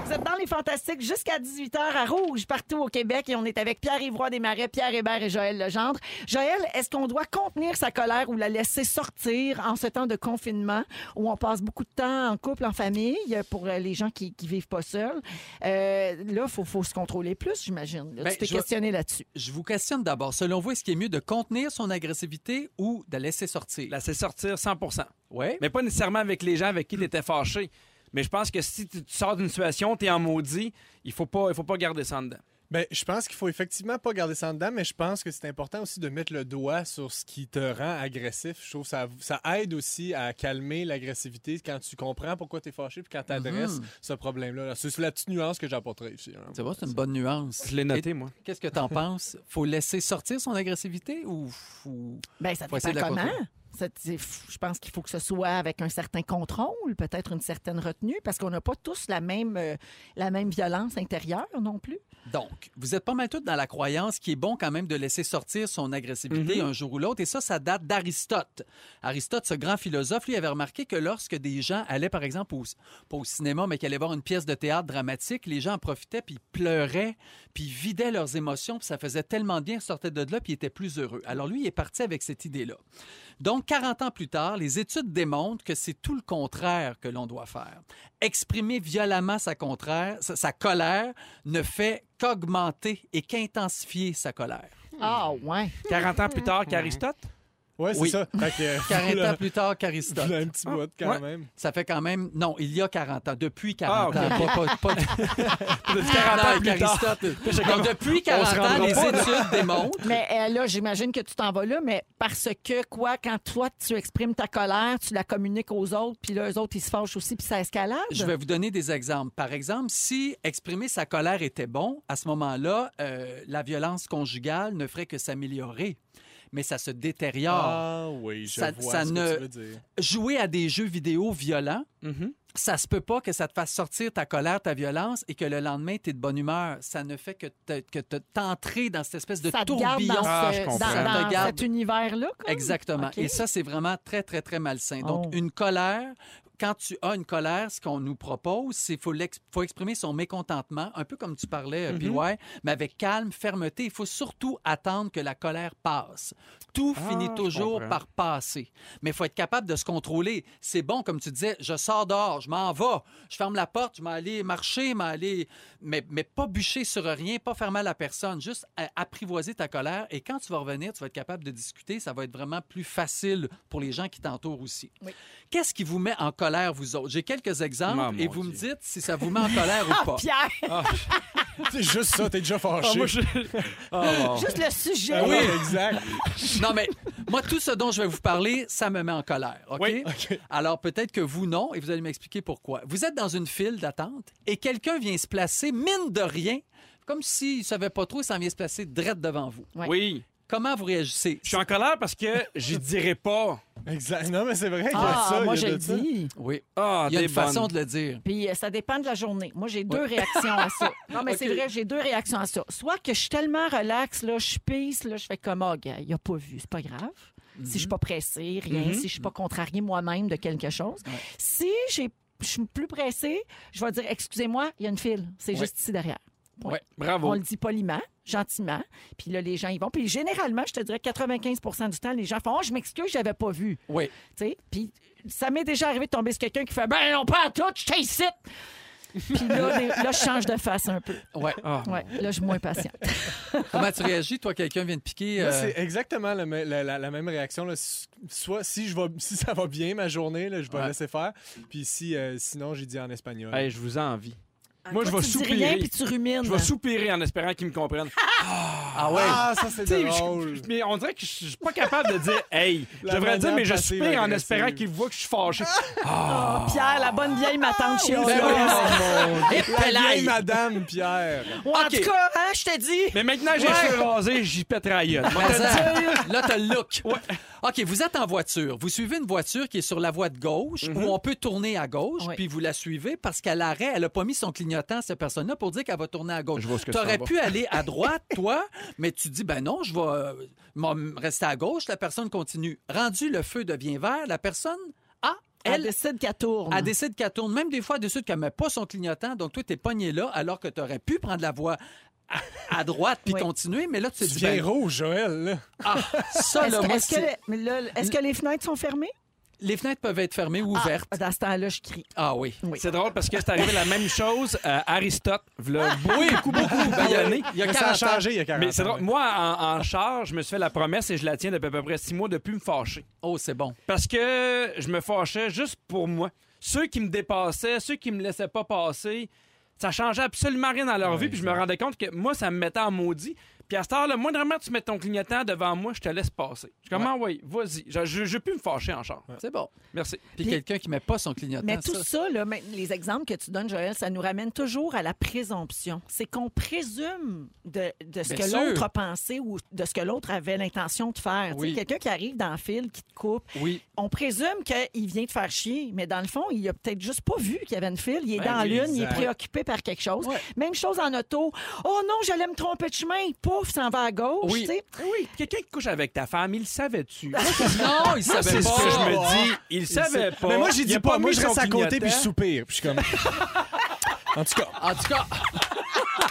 B: Vous êtes dans les Fantastiques jusqu'à 18h à Rouge, partout au Québec, et on est avec Pierre-Yves Roy Desmarais, Pierre Hébert et Joël Legendre. Joël, est-ce qu'on doit contenir sa colère ou la laisser sortir en ce temps de confinement où on passe beaucoup de temps en couple, en famille, pour euh, les gens qui, qui vivent pas seuls? Euh, là, il faut, faut se contrôler plus, j'imagine. Là,
D: Ben,
B: tu t'es
D: je-
B: questionné là-dessus.
D: Je vous questionne d'abord. Selon vous, est-ce qu'il est mieux de contenir son agressivité ou de laisser sortir?
C: La c'est sortir 100
D: Oui.
C: Mais pas nécessairement avec les gens avec qui tu étais fâché. Mais je pense que si tu, tu sors d'une situation, tu es en maudit, il faut pas, il faut pas garder ça en dedans.
A: Ben, je pense qu'il faut effectivement pas garder ça en dedans, mais je pense que c'est important aussi de mettre le doigt sur ce qui te rend agressif. Je trouve que ça, ça aide aussi à calmer l'agressivité quand tu comprends pourquoi tu es fâché puis quand tu adresses ce problème-là. C'est la petite nuance que j'apporterai ici. hein.
D: C'est vrai, c'est une bonne nuance.
C: Je l'ai noté, moi.
D: Et Qu'est-ce que t'en penses? Faut laisser sortir son agressivité ou... ou-
B: Ben, ça dépend
D: Faut essayer de la
B: comment.
D: contrôler.
B: C'est- c'est fou. Je pense qu'il faut que ce soit avec un certain contrôle, peut-être une certaine retenue, parce qu'on n'a pas tous la même, euh, la même violence intérieure non plus.
D: Donc, vous êtes pas mal tous dans la croyance qu'il est bon quand même de laisser sortir son agressivité un jour ou l'autre. Et ça, ça date d'Aristote. Aristote, ce grand philosophe, lui avait remarqué que lorsque des gens allaient, par exemple, au, pas au cinéma, mais qu'ils allaient voir une pièce de théâtre dramatique, les gens en profitaient, puis ils pleuraient, puis ils vidaient leurs émotions, puis ça faisait tellement de bien, ils sortaient de là, puis ils étaient plus heureux. Alors lui, il est parti avec cette idée-là. Donc, 40 ans plus tard, les études démontrent que c'est tout le contraire que l'on doit faire. Exprimer violemment sa, contraire, sa, sa colère ne fait qu'augmenter et qu'intensifier sa
C: *laughs*
D: colère.
B: Ah, ouais.
C: 40 ans plus tard qu'Aristote.
A: Ouais, c'est
D: Oui.
A: ça. Fait que, euh,
D: 40
A: là,
D: ans
A: *laughs*
D: plus tard
A: là,
D: qu'Aristote.
A: un petit bout quand
C: Ouais.
A: même.
D: Ça fait quand même... Non, il y a 40 ans. Depuis 40
C: Ah,
D: ans. Pas, pas- pas-
C: *laughs* Vous êtes 40
D: Non,
C: ans plus tard.
D: qu'Aristote. Donc, depuis 40
C: rendra
D: ans, les
C: pas,
D: études
C: *laughs*
D: démontrent...
B: Mais euh, là, j'imagine que tu t'en vas là, mais parce que, quoi, quand toi, tu exprimes ta colère, tu la communiques aux autres, puis là, eux autres, ils se fâchent aussi, puis ça escalade.
D: Je vais vous donner des exemples. Par exemple, si exprimer sa colère était bon, à ce moment-là, euh, la violence conjugale ne ferait que s'améliorer, mais ça se détériore.
C: Ah.
A: Ah oui,
D: je ça- vois ça ce que ne- tu veux
A: dire.
D: Jouer à des jeux vidéo violents,
C: Mhm.
D: ça se peut pas que ça te fasse sortir ta colère, ta violence, et que le lendemain, tu es de bonne humeur. Ça ne fait que te- que te- t'entrer dans cette espèce de
B: ça te garde
D: tourbillon.
B: dans,
C: Ah,
B: ce-
C: je comprends.
B: dans-
D: Ça te
B: dans
D: garde.
B: cet univers-là. comme?
D: Exactement.
B: OK.
D: Et ça, c'est vraiment très, très, très malsain. Donc,
B: Oh.
D: une colère, quand tu as une colère, ce qu'on nous propose, c'est qu'il faut, l'ex- faut exprimer son mécontentement, un peu comme tu parlais, euh,
B: Mm-hmm.
D: PY, mais avec calme, fermeté. Il faut surtout attendre que la colère passe. Tout
C: Ah,
D: finit
C: je
D: toujours
C: comprends.
D: par passer. Mais il faut être capable de se contrôler. C'est bon, comme tu disais, je sors dehors, je m'en vais, je ferme la porte, je m'en aller marcher, m'en aller... Mais, mais pas bûcher sur rien, pas faire mal à personne, juste euh, apprivoiser ta colère. Et quand tu vas revenir, tu vas être capable de discuter. Ça va être vraiment plus facile pour les gens qui t'entourent aussi.
B: Oui.
D: Qu'est-ce qui vous met en colère, vous autres? J'ai quelques exemples
C: Ah, mon
D: et vous me
C: Dieu.
D: dites si ça vous met en colère ou pas.
B: Pierre,
A: C'est juste ça, t'es déjà fâché.
C: Ah, moi, je- *laughs* Ah, bon.
B: juste le sujet.
A: Ah oui, exact.
D: Non, mais moi, tout ce dont je vais vous parler, ça me met en colère. OK?
C: Oui,
D: Alors, peut-être que vous, non, et vous allez m'expliquer pourquoi. Vous êtes dans une file d'attente et quelqu'un vient se placer, mine de rien, comme s'il ne savait pas trop, il s'en vient se placer direct devant vous.
B: Ouais.
C: Oui.
D: Comment vous réagissez?
C: Je suis en colère parce que je dirais pas.
A: Exact. Non, mais c'est vrai, il y a
B: Ah,
A: ça.
B: moi,
A: il y
B: je
A: a
B: le
A: de ça.
B: dis.
D: Oui.
C: Ah,
D: Il y a
C: t'es
D: une
C: bonne.
D: façon de le dire.
B: Puis euh, ça dépend de la journée. Moi, j'ai deux réactions à
D: *laughs*
B: ça. Non, mais c'est
D: OK.
B: vrai, j'ai deux réactions à ça. Soit que je suis tellement relax, là, je pisse, là, je fais comme, oh, gars, il a pas vu, c'est pas grave. Si je
D: Mhm.
B: suis pas pressée, rien, si je suis pas contrariée moi-même de quelque chose. Si j'ai je suis plus pressée, je vais dire, excusez-moi, il y a une file, c'est
D: Ouais. Ah
B: juste ici derrière. Point.
D: Ouais.
C: Bravo.
B: On le dit poliment, gentiment, puis là, les gens y vont. Puis généralement, je te dirais 95 du temps, les gens font oh, « je m'excuse, j'avais pas vu ».
D: Oui.
B: Tu sais, Puis ça m'est déjà arrivé de tomber sur quelqu'un qui fait Ben non, pas à tout, je t'ai ici. Puis là, les- là, je change de face un peu.
D: Ouais.
C: Ah.
B: Ouais, là, je suis moins patiente.
D: Comment tu réagis, toi, quelqu'un vient de piquer?
A: Moi,
D: euh,
A: c'est exactement la, me- la- la- la même réaction. là. S- Soit si, je vais, si ça va bien ma journée, là, je vais
D: Ouais.
A: laisser faire. Puis si, euh, sinon, j'ai dit en espagnol.
C: Hey, je vous envie. Moi, je
B: Toi,
C: vais
B: tu dis rien,
C: soupirer.
B: puis tu rumines.
C: Je vais soupirer en espérant qu'ils me comprennent.
D: Ah ouais.
A: Ah, ça, c'est
C: Tu *laughs* sais,
A: drôle. Oh,
C: je- je- mais on dirait que je suis pas capable de dire Hey, je
A: La
C: devrais dire,
A: manière
C: mais je
A: passive,
C: soupire en
A: agressive.
C: espérant qu'ils voient que je suis fâché.
B: Ah, Pierre, la bonne vieille ma tante chiale.
A: Ben oui, mon
C: *laughs*
A: Dieu.
D: Et
A: La
D: pelaille.
A: vieille madame, Pierre.
B: Ouais, En
D: OK.
B: tout cas, hein, je te dis.
C: Mais maintenant, j'ai les cheveux rasés, j'y pèterai la gueule. Moi,
D: Mais ça, Là, t'as le look. OK, vous êtes en voiture. Vous suivez une voiture qui est sur la voie de gauche
C: Mhm.
D: où on peut tourner à gauche,
B: Oui.
D: puis vous la suivez parce qu'à l'arrêt, elle a pas mis son clignotant, cette personne-là, pour dire qu'elle va tourner à gauche.
C: Je vois ce que ça
D: T'aurais
C: va.
D: pu aller à droite, *laughs* toi, mais tu dis, ben non, je vais euh, m'en rester à gauche. La personne continue. Rendu, le feu devient vert. La personne, ah,
B: Elle,
D: elle,
B: décide qu'elle tourne.
D: Elle décide qu'elle tourne. Même des fois, elle décide qu'elle met pas son clignotant. Donc, toi, t'es pogné là, alors que t'aurais pu prendre la voie à, à droite puis
B: Oui.
D: continuer. Mais là, tu te
A: Tu
D: dis,
A: deviens
D: ben,
A: rouge, Joël. là.
D: ah, ça,
B: Est-ce
D: là,
B: que,
D: moi,
B: est-ce que
D: c'est-
B: le- mais là, est-ce que les fenêtres sont fermées?
D: les fenêtres peuvent être fermées ou ouvertes.
B: Ah, dans ce temps-là, je crie.
D: Ah oui.
B: Oui.
C: C'est drôle parce que c'est arrivé la même chose à Aristote, v'là
D: Ah! Oui, Ah, beaucoup, beaucoup. Ben, il y a, il y a
A: Mais ça a
D: 40 ans.
A: changé il y a 40
C: Mais c'est
A: ans,
C: drôle.
A: ouais.
C: Moi, en, en char, je me suis fait la promesse et je la tiens depuis à peu près six mois de plus me fâcher.
D: Oh, c'est bon.
C: Parce que je me fâchais juste pour moi. Ceux qui me dépassaient, ceux qui me laissaient pas passer, ça changeait absolument rien dans leur vie. Puis je me rendais compte que moi, ça me mettait en maudit. Puis à cette heure-là, moindrement, tu mets ton clignotant devant moi, je te laisse passer. Je suis comme, ah oui, vas-y. Je, je, je vais plus me fâcher en char.
D: C'est bon.
C: Merci.
D: Puis
B: Puis-
D: quelqu'un qui met pas son clignotant.
B: Mais tout
D: ça,
B: ça, là, même les exemples que tu donnes, Joël, ça nous ramène toujours à la présomption. C'est qu'on présume de, de ce
D: Bien
B: que
D: sûr.
B: l'autre a pensé ou de ce que l'autre avait l'intention de faire. Tu sais,
D: Oui.
B: Quelqu'un qui arrive dans le fil, qui te coupe,
D: Oui.
B: on présume qu'il vient de faire chier, mais dans le fond, il a peut-être juste pas vu qu'il y avait une file. Il est
D: Ben
B: dans
D: oui,
B: l'une, il est
D: exact.
B: préoccupé par quelque chose.
D: Ouais.
B: Même chose en auto. Oh non, j'allais me tromper de chemin. Pouf, s'en va à gauche.
D: Oui.
B: tu
D: *laughs*
B: sais.
C: Oui, quelqu'un qui couche avec ta femme, il le savait-tu?
D: Non,
B: *laughs*
D: il savait
C: C'est
D: pas.
C: ce que je me dis. Il savait pas. Ah,
A: Mais moi, j'ai
C: Il a
A: dit pas, moi,
C: mis
A: je reste
C: son
A: à côté puis je
C: clignotant.
A: soupire. Puis je suis
C: *laughs*
A: comme. en tout cas,
D: En tout cas.
B: *laughs*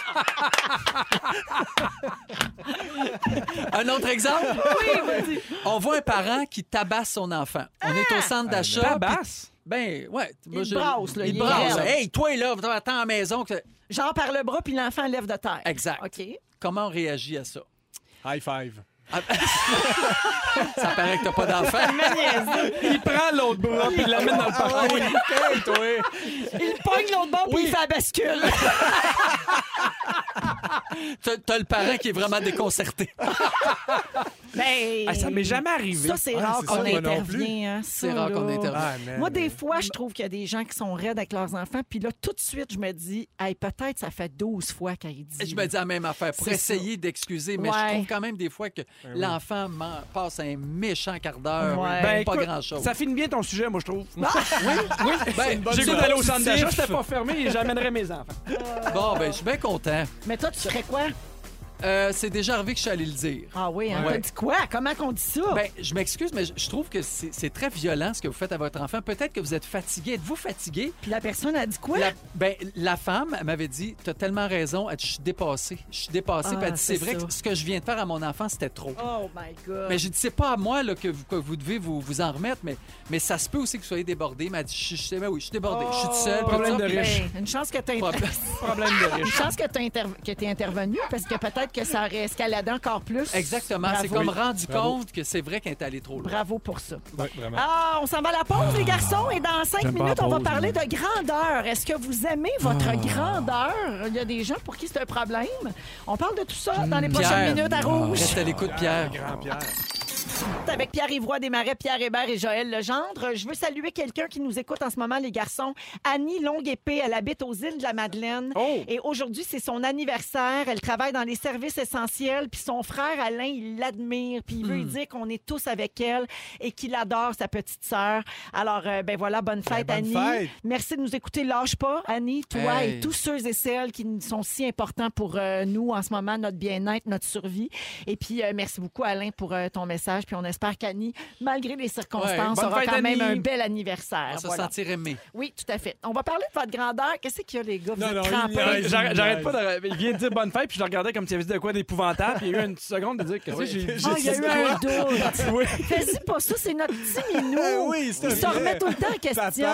D: un autre exemple? Oui, vas-y. On voit un parent qui tabasse son enfant. On est au centre d'achat.
C: Tabasse.
D: puis- Ben, ouais. moi,
B: te
D: je-
B: brasse, là,
D: Il
B: Ah! il
D: te
B: est
D: brasse.
B: raide.
D: Hey, toi, là, attends à la maison. que-
B: Genre par le bras, puis l'enfant lève de terre.
D: Exact.
B: OK. *laughs*
D: Comment on réagit à ça?
A: high five.
D: Ça paraît que t'as
B: *laughs*
D: pas d'enfant.
C: Il prend l'autre bras puis il l'amène dans le
A: Ah
C: parcours.
A: oui, hey, toi.
B: Il pogne l'autre bord, puis il fait la bascule.
D: T'as- T'as le parent qui est vraiment déconcerté.
B: Ben,
C: Ah, ça m'est jamais arrivé.
B: ça, c'est
A: Ouais,
B: rare
A: c'est
B: qu'on
A: ça, moi non
B: intervient. hein, ça,
D: C'est rare qu'on
B: là.
D: intervient.
A: Ah, man.
B: Moi, des fois, je trouve qu'il y a des gens qui sont raides avec leurs enfants, puis là, tout de suite, je me dis, hey, peut-être ça fait 12 fois qu'elle dit.
D: Et Je me dis la même affaire pour
B: C'est
D: essayer d'excuser, mais
B: Ouais.
D: je trouve quand même des fois que
C: Ben
D: l'enfant m'en- passe un méchant quart d'heure,
B: Ouais.
D: ben,
C: Ben,
D: pas
C: écoute,
D: grand-chose.
C: Ça filme bien ton sujet, moi, je trouve.
D: Oui, ben,
A: une bonne
C: J'ai
D: j'ai
C: le goût
A: note.
C: d'aller au centre d'achat,
A: Positif.
C: j'étais pas fermé et j'amènerais mes enfants.
D: Bon, ben, je suis bien content.
B: Mais toi, tu ferais quoi?
D: Euh, c'est déjà arrivé que je suis allé le dire.
B: Ah oui, hein?
D: Ouais.
B: T'as dit quoi? Comment qu'on dit ça?
D: Ben, je m'excuse, mais je je trouve que c'est c'est très violent ce que vous faites à votre enfant. Peut-être que vous êtes fatigué. Êtes-vous fatigué?
B: puis la personne a dit quoi?
D: La, ben, la femme elle m'avait dit T'as tellement raison, Elle dit, je suis dépassée. Je suis dépassée.
B: Ah,
D: Puis elle dit, C'est
B: c'est
D: vrai
B: ça.
D: que ce que je viens de faire à mon enfant, c'était trop.
B: Oh my God.
D: Mais j'ai dit, c'est pas à moi là, que, vous, que vous devez vous, vous en remettre, mais, mais ça se peut aussi que vous soyez débordé. Elle m'a dit, je, je, sais, ben oui, je suis débordé, je suis tout seul.
C: problème
D: tout ça,
C: de
D: puis-
C: riche.
B: Ben, une chance que t'as inter-
D: Problème-
C: Problème de
B: une
C: riche.
B: chance que t'as inter- que t'es intervenu parce que peut-être que ça aurait escaladé encore plus.
D: *laughs* Exactement, c'est
B: Bravo.
D: comme rendu
A: Bravo.
D: compte que c'est vrai qu'elle est allée trop loin.
B: Bravo pour ça.
A: Ouais, vraiment.
B: Ah, on s'en va à la pause, les garçons, et dans cinq
C: J'aime pas
B: minutes,
C: la
B: on va
C: pause, Ah.
B: parler de grandeur. Est-ce que vous aimez votre grandeur? Il y a des gens pour qui c'est un problème. On parle de tout ça dans les prochaines
D: Pierre. Ah,
B: minutes à Rouge. Ah,
D: Reste à l'écoute, Pierre.
A: Grand Pierre.
B: avec Pierre Ivoire Desmarais, Pierre Hébert et Joël Legendre. Je veux saluer quelqu'un qui nous écoute en ce moment, les garçons. Annie Longue-Épée, elle habite aux îles de la Madeleine.
C: Oh!
B: Et aujourd'hui, c'est son anniversaire. Elle travaille dans les services essentiels. Puis son frère Alain, il l'admire. Puis il veut lui dire qu'on est tous avec elle et qu'il adore sa petite sœur. Alors, euh, ben voilà, bonne fête,
A: bonne
B: Annie.
A: fête!
B: Merci de nous écouter. Lâche pas, Annie, toi
D: Hey.
B: et tous ceux et celles qui sont si importants pour euh, nous en ce moment, notre bien-être, notre survie. Et puis, euh, merci beaucoup, Alain, pour euh, ton message. Puis on espère qu'Annie, malgré les circonstances,
C: Ouais, bonne
B: aura
C: fête,
B: quand même
C: Annie.
B: un bel anniversaire.
D: On se
B: Voilà.
D: sentir aimé.
B: Oui, tout à fait. On va parler de votre grandeur. Qu'est-ce qu'il y a, les gars? Vous
A: Non,
B: êtes
A: non,
B: crampés.
A: il y a-
C: Hey, J'arrête j'arrête pas de. Il vient de dire bonne fête, puis je le regardais comme s'il avait dit de quoi d'épouvantable, puis il y a eu une seconde de dire que
A: Oui.
C: j'ai
B: Ah, il y a eu un doute.
A: Oui.
B: Fais-y pas ça, c'est notre petit minou.
A: Eh *laughs* oui, c'est
B: Il
A: un
B: se remet
A: vrai
B: tout le temps en question.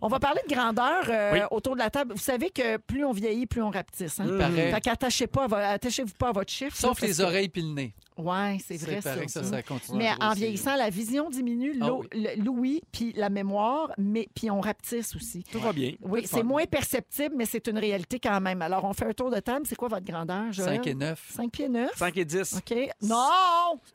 B: *laughs* on va parler de grandeur euh,
C: Oui. Mm.
B: autour de la table. Vous savez que plus on vieillit, plus on rapetisse. Hein?
D: Pareil.
B: Fait qu'attachez pas, à vo- attachez-vous pas à votre chiffre.
D: Mm. Sauf
B: là,
D: les
B: parce
D: oreilles puis le nez.
B: que- Ouais, c'est vrai
D: C'est
B: ça.
D: pareil que ça, ça continue.
B: Mais
D: à
B: en
D: grossir.
B: vieillissant, la vision diminue,
D: Ah
B: l'eau- le- l'ouïe, puis la mémoire, mais puis on rapetisse aussi.
C: Tout va bien.
B: Oui, c'est moins perceptible, mais c'est une réalité quand même. Alors, on fait un tour de table. C'est quoi votre grandeur, Joël?
D: 5 et 9.
B: 5 pieds 9?
C: 5 et 10.
B: OK. Non!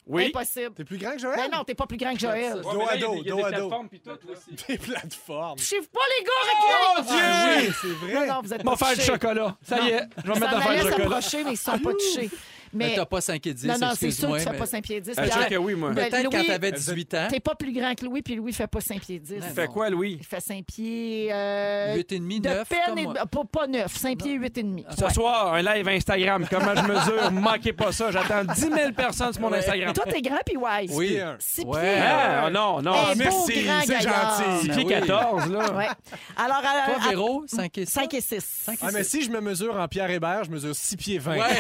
C: Oui.
B: Impossible.
A: T'es plus grand que Joël?
B: Ben non, t'es pas plus grand que Joël.
A: Dos à dos, dos à dos.
C: puis tout aussi.
A: Des plateformes. Ah,
B: Touchez-vous pas, les gars,
D: Oh,
C: Mon
B: avec
C: Dieu!
A: Oui, c'est vrai.
B: Non, non, vous êtes
C: M'en
B: pas
C: faire du
B: touchés.
C: chocolat. Ça y est, je vais me
B: Ils
C: mettre
B: s'en
C: à faire
B: allaient
C: du chocolat.
B: s'approcher, mais ils sont pas touchés.
D: Mais,
B: Mais,
D: t'as pas 5 et 10,
B: non, non, c'est sûr que
D: excuse-moi.
B: tu fais
D: mais
B: pas 5 pieds 10.
C: Ah, Je
B: Pierre.
C: sais que oui, moi.
B: Ben,
D: Peut-être quand
B: Louis,
D: t'avais 18 ans,
B: T'es pas plus grand que Louis, puis Louis fait pas 5 pieds 10.
D: Ouais.
C: Fait quoi, Louis?
B: Il fait 5 pieds... euh,
D: 8 et demi,
B: de
D: 9.
B: peine
D: comme
B: et...
D: moi.
B: Pas, pas 9, 5 pieds 8 et demi.
C: Ce soir, un live Instagram. Comment je mesure? Manquez pas ça. J'attends 10 000 personnes sur mon
D: Ouais.
C: Instagram.
B: Toi, t'es grand, puis ouais.
D: Oui.
A: Pierre.
B: Six
D: Ouais.
B: pieds.
C: Ah, non, non.
B: Eh,
A: Ah,
B: beau
A: merci,
B: grand
A: c'est
B: gaillard.
A: gentil.
C: Pied
D: oui.
C: 14, là.
B: Ouais. Alors, à-
D: Toi,
B: Euh, à-
D: Véro, 5 et 6.
B: 5 et 6.
A: Ah, mais si je me mesure en Pierre Hébert, je mesure 6 pieds 20.
D: Ouais.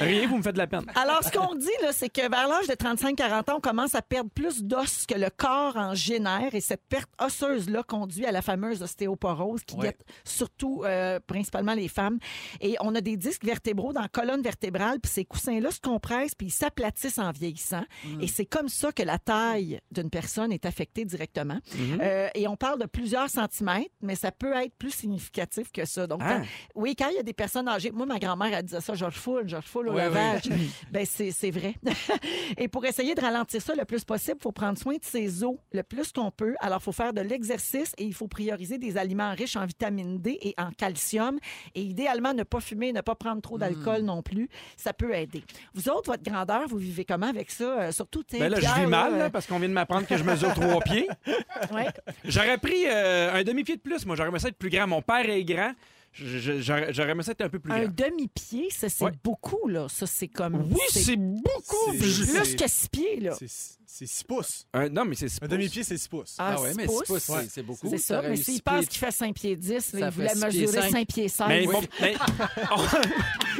C: Riez, vous me faites de la peine.
B: Alors, ce qu'on dit, là, c'est que vers l'âge de 35-40 ans, on commence à perdre plus d'os que le corps en génère. Et cette perte osseuse-là conduit à la fameuse ostéoporose qui
D: Ouais.
B: guette surtout, euh, principalement les femmes. Et on a des disques vertébraux dans la colonne vertébrale, puis ces coussins-là se compressent, puis ils s'aplatissent en vieillissant. Et c'est comme ça que la taille d'une personne est affectée directement. Euh, et on parle de plusieurs centimètres, mais ça peut être plus significatif que ça. Donc,
C: Ah.
B: quand- oui, quand il y a des personnes âgées, moi, ma grand-mère, elle disait ça, je refoule, je refoule au
D: Ouais,
C: *laughs*
B: lavage. Ben, c'est c'est vrai. *laughs* et pour essayer de ralentir ça le plus possible, il faut prendre soin de ses os le plus qu'on peut. Alors, il faut faire de l'exercice et il faut prioriser des aliments riches en vitamine D et en calcium. Et idéalement, ne pas fumer, ne pas prendre trop
C: Hmm.
B: d'alcool non plus. Ça peut aider. Vous autres, votre grandeur, vous vivez comment avec ça? Euh, surtout, t'es
C: Ben là, je
B: Pierre,
C: vis mal,
B: euh,
C: là, parce qu'on vient de m'apprendre que je mesure trois pieds.
B: *laughs* ouais.
C: J'aurais pris euh, un demi-pied de plus. Moi, j'aurais aimé ça être plus grand. Mon père est grand. Je- je- J'aurais j'aurais aimé ça être un peu *laughs* plus
B: Un
C: grand.
B: demi-pied, ça, c'est
C: Ouais.
B: beaucoup, là. Ça, c'est comme...
C: Oui, c'est beaucoup.
A: C'est-
C: plus.
B: Plus que six pieds, là.
A: C'est- C'est 6 pouces.
C: Un- non, mais c'est six
A: Un
C: pouces.
A: demi-pied, c'est 6 pouces.
B: Ah,
D: Ah ouais,
B: six
D: mais
B: pouces.
D: six pouces, c'est
A: Ouais.
D: c'est beaucoup.
B: C'est ça,
D: T'aurais
B: mais
D: eu
B: s'il
D: six
B: pense
D: pieds.
B: qu'il fait 5 pieds 10, là,
D: Ça
B: il
D: fait
B: voulait
D: six pieds
B: mesurer
D: cinq.
B: 5 pieds 16.
C: Mais bon, mais-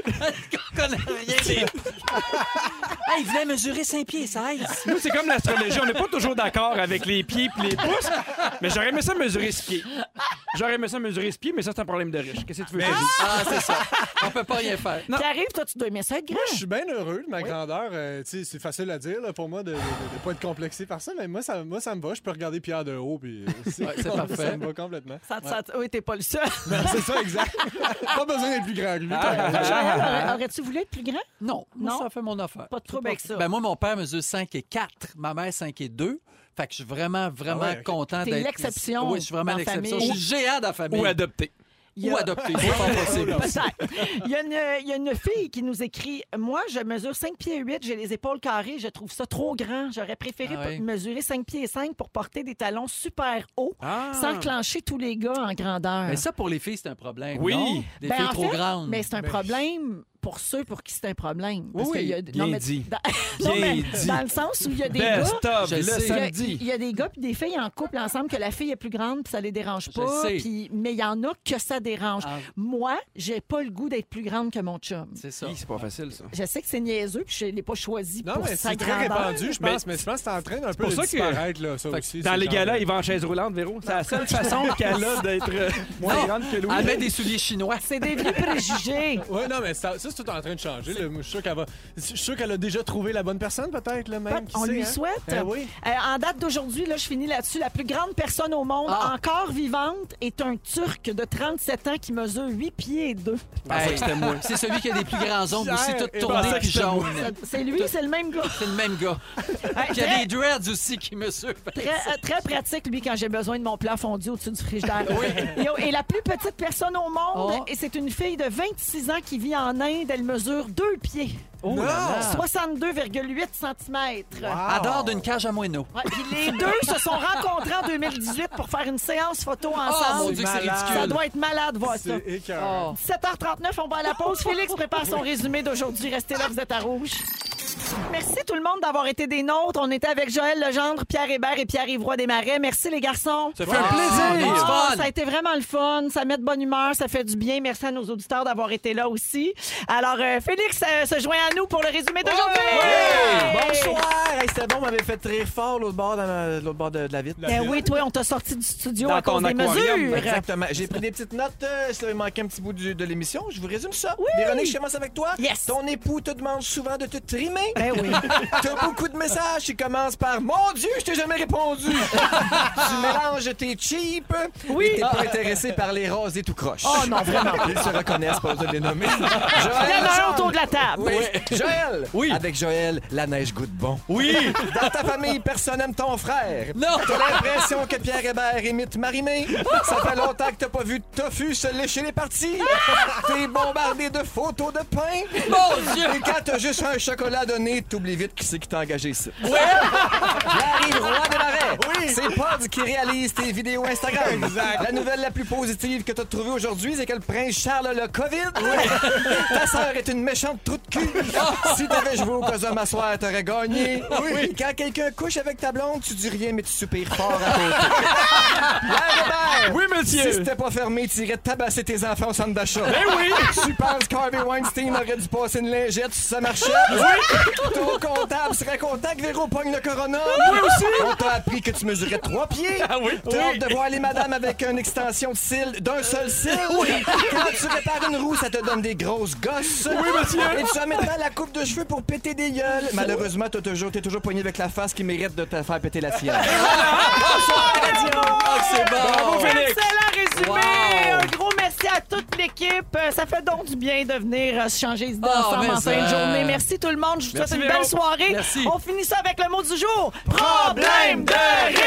D: On connaît *laughs* rien des- Ah, il venait mesurer 5 pieds 16.
C: nous, c'est comme l'astrologie. On n'est pas toujours d'accord avec les pieds et les pouces. Mais j'aurais aimé ça mesurer ce pied. J'aurais aimé ça mesurer ce pied, mais ça, c'est un problème de riche. Qu'est-ce que tu veux que je dise?
D: Ah, c'est ça. On peut pas rien faire.
B: Tu arrives, toi, tu dois aimer ça être grand.
A: Moi, je suis bien heureux de ma grandeur. Euh, tu sais, c'est facile à dire là, pour moi de ne pas être complexé par ça, mais moi ça, moi, ça me va. Je peux regarder Pierre de haut, puis euh,
D: Ouais, c'est
A: *laughs* ça
D: parfait.
A: me va complètement.
B: Ça, ça- oui, t'es pas le seul.
A: Non, c'est ça, exact. pas besoin d'être plus grand que
C: Ah.
A: lui.
B: Ah,
A: t'as raison.
B: Joël, aurais- aurais-tu voulu être plus grand?
D: Non, moi,
B: Non.
D: ça fait mon affaire.
B: Pas de trouble avec ça.
D: Ben moi, mon père mesure 5 et 4, ma mère 5 et 2. Fait que je suis vraiment, vraiment
A: Ah ouais, ok.
D: content
B: T'es
D: d'être.
B: l'exception
D: Oui, je suis vraiment
B: dans la
D: l'exception. Je
B: famille.
D: suis le géant de la famille.
C: Ou adopter.
B: Il y a-
D: Ou adopté. C'est pas possible.
B: Peut-être. Il y, a une, il y a une fille qui nous écrit Moi, je mesure 5 pieds 8, j'ai les épaules carrées, je trouve ça trop grand. J'aurais préféré
D: Ah oui.
B: p- mesurer 5 pieds 5 pour porter des talons super hauts
C: Ah.
B: sans clencher tous les gars en grandeur.
D: Mais ça, pour les filles, c'est un problème.
C: Oui.
D: non? Des
B: Ben,
D: filles
B: en
D: trop
B: fait,
D: grandes.
B: Mais c'est un problème pour ceux pour qui c'est un problème. Parce
D: Oui,
B: qu'il y a-
C: bien
B: mais-
C: dit.
B: Dans, *laughs* non,
C: Bien
B: mais
C: dit.
B: dans le sens où il y a des
C: Best
B: gars.
C: of
D: Je
C: le
D: sais.
B: Il y, a,
C: samedi.
B: il y a des gars puis des filles en couple ensemble que la fille est plus grande puis ça les dérange
D: Je
B: pas.
D: sais.
B: puis- mais il y en a que ça dérange.
D: Ah.
B: Moi, j'ai pas le goût d'être plus grande que mon chum.
D: C'est ça.
C: Hi, C'est pas facile, ça.
B: Je sais que c'est niaiseux puis je l'ai pas choisi
A: Non,
B: pour
A: mais
B: sa
A: c'est très
B: grandeur.
A: répandu, je pense, mais, je pense que c'est en train un peu
C: pour
A: de
C: ça que-
A: disparaître, là, ça
D: que
A: aussi.
C: Dans
A: ce
C: les
A: genre
C: galas,
A: de-
C: il va en chaise roulante, Véro. C'est la seule façon qu'elle a d'être euh, moins
D: Non.
C: grande que Louis.
D: Ah! Elle met des souliers chinois.
B: C'est des vieux préjugés.
A: Ouais, non, mais ça, ça, c'est tout en train de changer. là. Moi, Je suis sûr qu'elle va. Je suis sûr qu'elle a déjà trouvé la bonne personne, peut-être, là, même. qui
B: On
A: sait,
B: lui
A: hein?
B: souhaite.
A: Eh oui.
B: Euh, en date d'aujourd'hui, là, je finis là-dessus. La plus grande personne au monde
D: Ah.
B: encore vivante est un Turc de 37 ans qui mesure 8 pieds et 2.
D: Hey, Ben, C'est celui qui a des plus grands ongles aussi,
A: Pierre,
D: tout
A: et
D: tourné
A: pensais
D: puis
A: que c'était
D: jaune.
B: C'est lui, c'est le
D: *laughs*
B: même gars.
D: C'est le même gars.
B: Hey,
D: Puis il y a
B: très,
D: des dreads aussi qui mesurent.
B: très, euh, très pratique, lui, quand j'ai besoin de mon plat fondu au-dessus du frigidaire. Et, et la plus petite personne au monde,
D: Oh.
B: et c'est une fille de 26 ans qui vit en Inde. Elle mesure 2 pieds,
D: Oh
A: Non!
D: là Ah. là.
B: 62,8 cm.
A: Wow.
D: Adore d'une cage à moineaux.
B: Ouais, puis les deux se sont rencontrés en 2018 pour faire une séance photo
D: Oh mon
B: ensemble.
D: Dieu, que c'est
A: malade.
B: ça
D: ridicule.
B: doit être malade, voir ça.
A: C'est
D: Oh.
A: écœurant.
B: 7h39, on va à la pause. Félix prépare son résumé d'aujourd'hui. Restez là, vous êtes à rouge. Merci tout le monde d'avoir été des nôtres. On était avec Joël Legendre, Pierre Hébert et Pierre Ivroy Desmarais. Merci les garçons.
C: Ça fait un
D: Ah.
C: plaisir.
D: Ah.
B: Ah,
D: fun.
B: ça a été vraiment le fun. Ça met de bonne humeur, ça fait du bien. Merci à nos auditeurs d'avoir été là aussi. Alors, euh, Félix euh, se joint à nous pour le résumé d'aujourd'hui.
F: Bonsoir! Hey, C'était bon, m'avait fait très fort l'autre bord, de ma- l'autre bord de, de la ville.
A: La
B: Ben
A: ville.
B: oui, toi, on t'a sorti du studio
C: Dans
B: à cause
C: ton
B: des
C: aquarium,
B: mesures.
F: Exactement. J'ai pris des petites notes. euh, ça avait manqué un petit bout du- de l'émission. Je vous résume ça.
B: Oui.
F: Véronique, je commence avec toi.
B: Yes.
F: Ton époux te demande souvent de te trimer.
B: Ben oui. *laughs*
F: T'as beaucoup de messages qui commencent par Mon Dieu, je t'ai
B: *laughs*
F: jamais répondu. tu mélanges tes cheap.
B: Oui. Ah.
F: Et t'es pas intéressé par les roses et tout croche.
B: Oh non, vraiment.
F: Ils se reconnaissent, pas besoin de les nommer.
B: *laughs* Il y en
F: Joël.
B: a un autour de la table.
F: Oui. Joël.
D: Oui.
F: Avec Joël, la neige goûte bon.
D: Oui!
F: Dans ta famille, personne n'aime ton frère.
D: Non!
F: T'as l'impression que Pierre Hébert imite Marimé. Ça fait longtemps que t'as pas vu Tofu se lécher les parties. T'es bombardé de photos de pain.
D: Mon Dieu!
F: *laughs* Et quand t'as juste un chocolat donné, année, t'oublies vite qui c'est qui t'a engagé ici. Oui! J'arrive roi des marais.
A: Oui.
F: C'est Pod qui réalise tes vidéos Instagram.
A: Exact.
F: La nouvelle la plus positive que t'as trouvée aujourd'hui, c'est que le prince Charles a le COVID. *laughs* Ta sœur est une méchante trou de cul. si t'avais joué au Cosa Massoir, t'aurais gagné. Oui. Quand quelqu'un couche avec ta blonde, tu dis rien, mais tu soupires fort à côté. *laughs* Pierre Hébert.
C: Oui, monsieur. Ben Eh
F: Si c'était pas fermé, tu irais tabasser tes enfants au centre d'achat.
C: oui.
F: Tu penses qu'Harvey Weinstein aurait dû passer une lingette si ça marchait? Ton comptable serait content que Véro pogne le corona? Oui, aussi! On t'a appris que tu mesurais trois pieds.
C: Ah oui.
F: T'as hâte de voir les madames avec une extension de cils d'un seul cil. Quand tu répares une roue, ça te donne des grosses gosses. Oui, monsieur. Et tu as maintenant la coupe de cheveux pour péter des gueules. Malheureusement, t'as toujours, t'es toujours poigné avec la face qui mérite de te faire péter la sienne. Bonsoir, Radio.
D: Ah, c'est bon!
C: Bravo, Félix.
B: Excellent résumé!
D: Wow.
B: Un gros merci à toute l'équipe. Euh, Ça fait donc du bien de venir euh, se changer les idées
D: Ah,
B: ensemble
D: mais
B: en fin de
D: ça.
B: journée. Merci tout le monde. Je vous souhaite
C: Merci,
B: une
C: Véro.
B: belle soirée.
D: Merci.
B: On finit ça avec le mot du jour. Problème de rire!
D: Ah,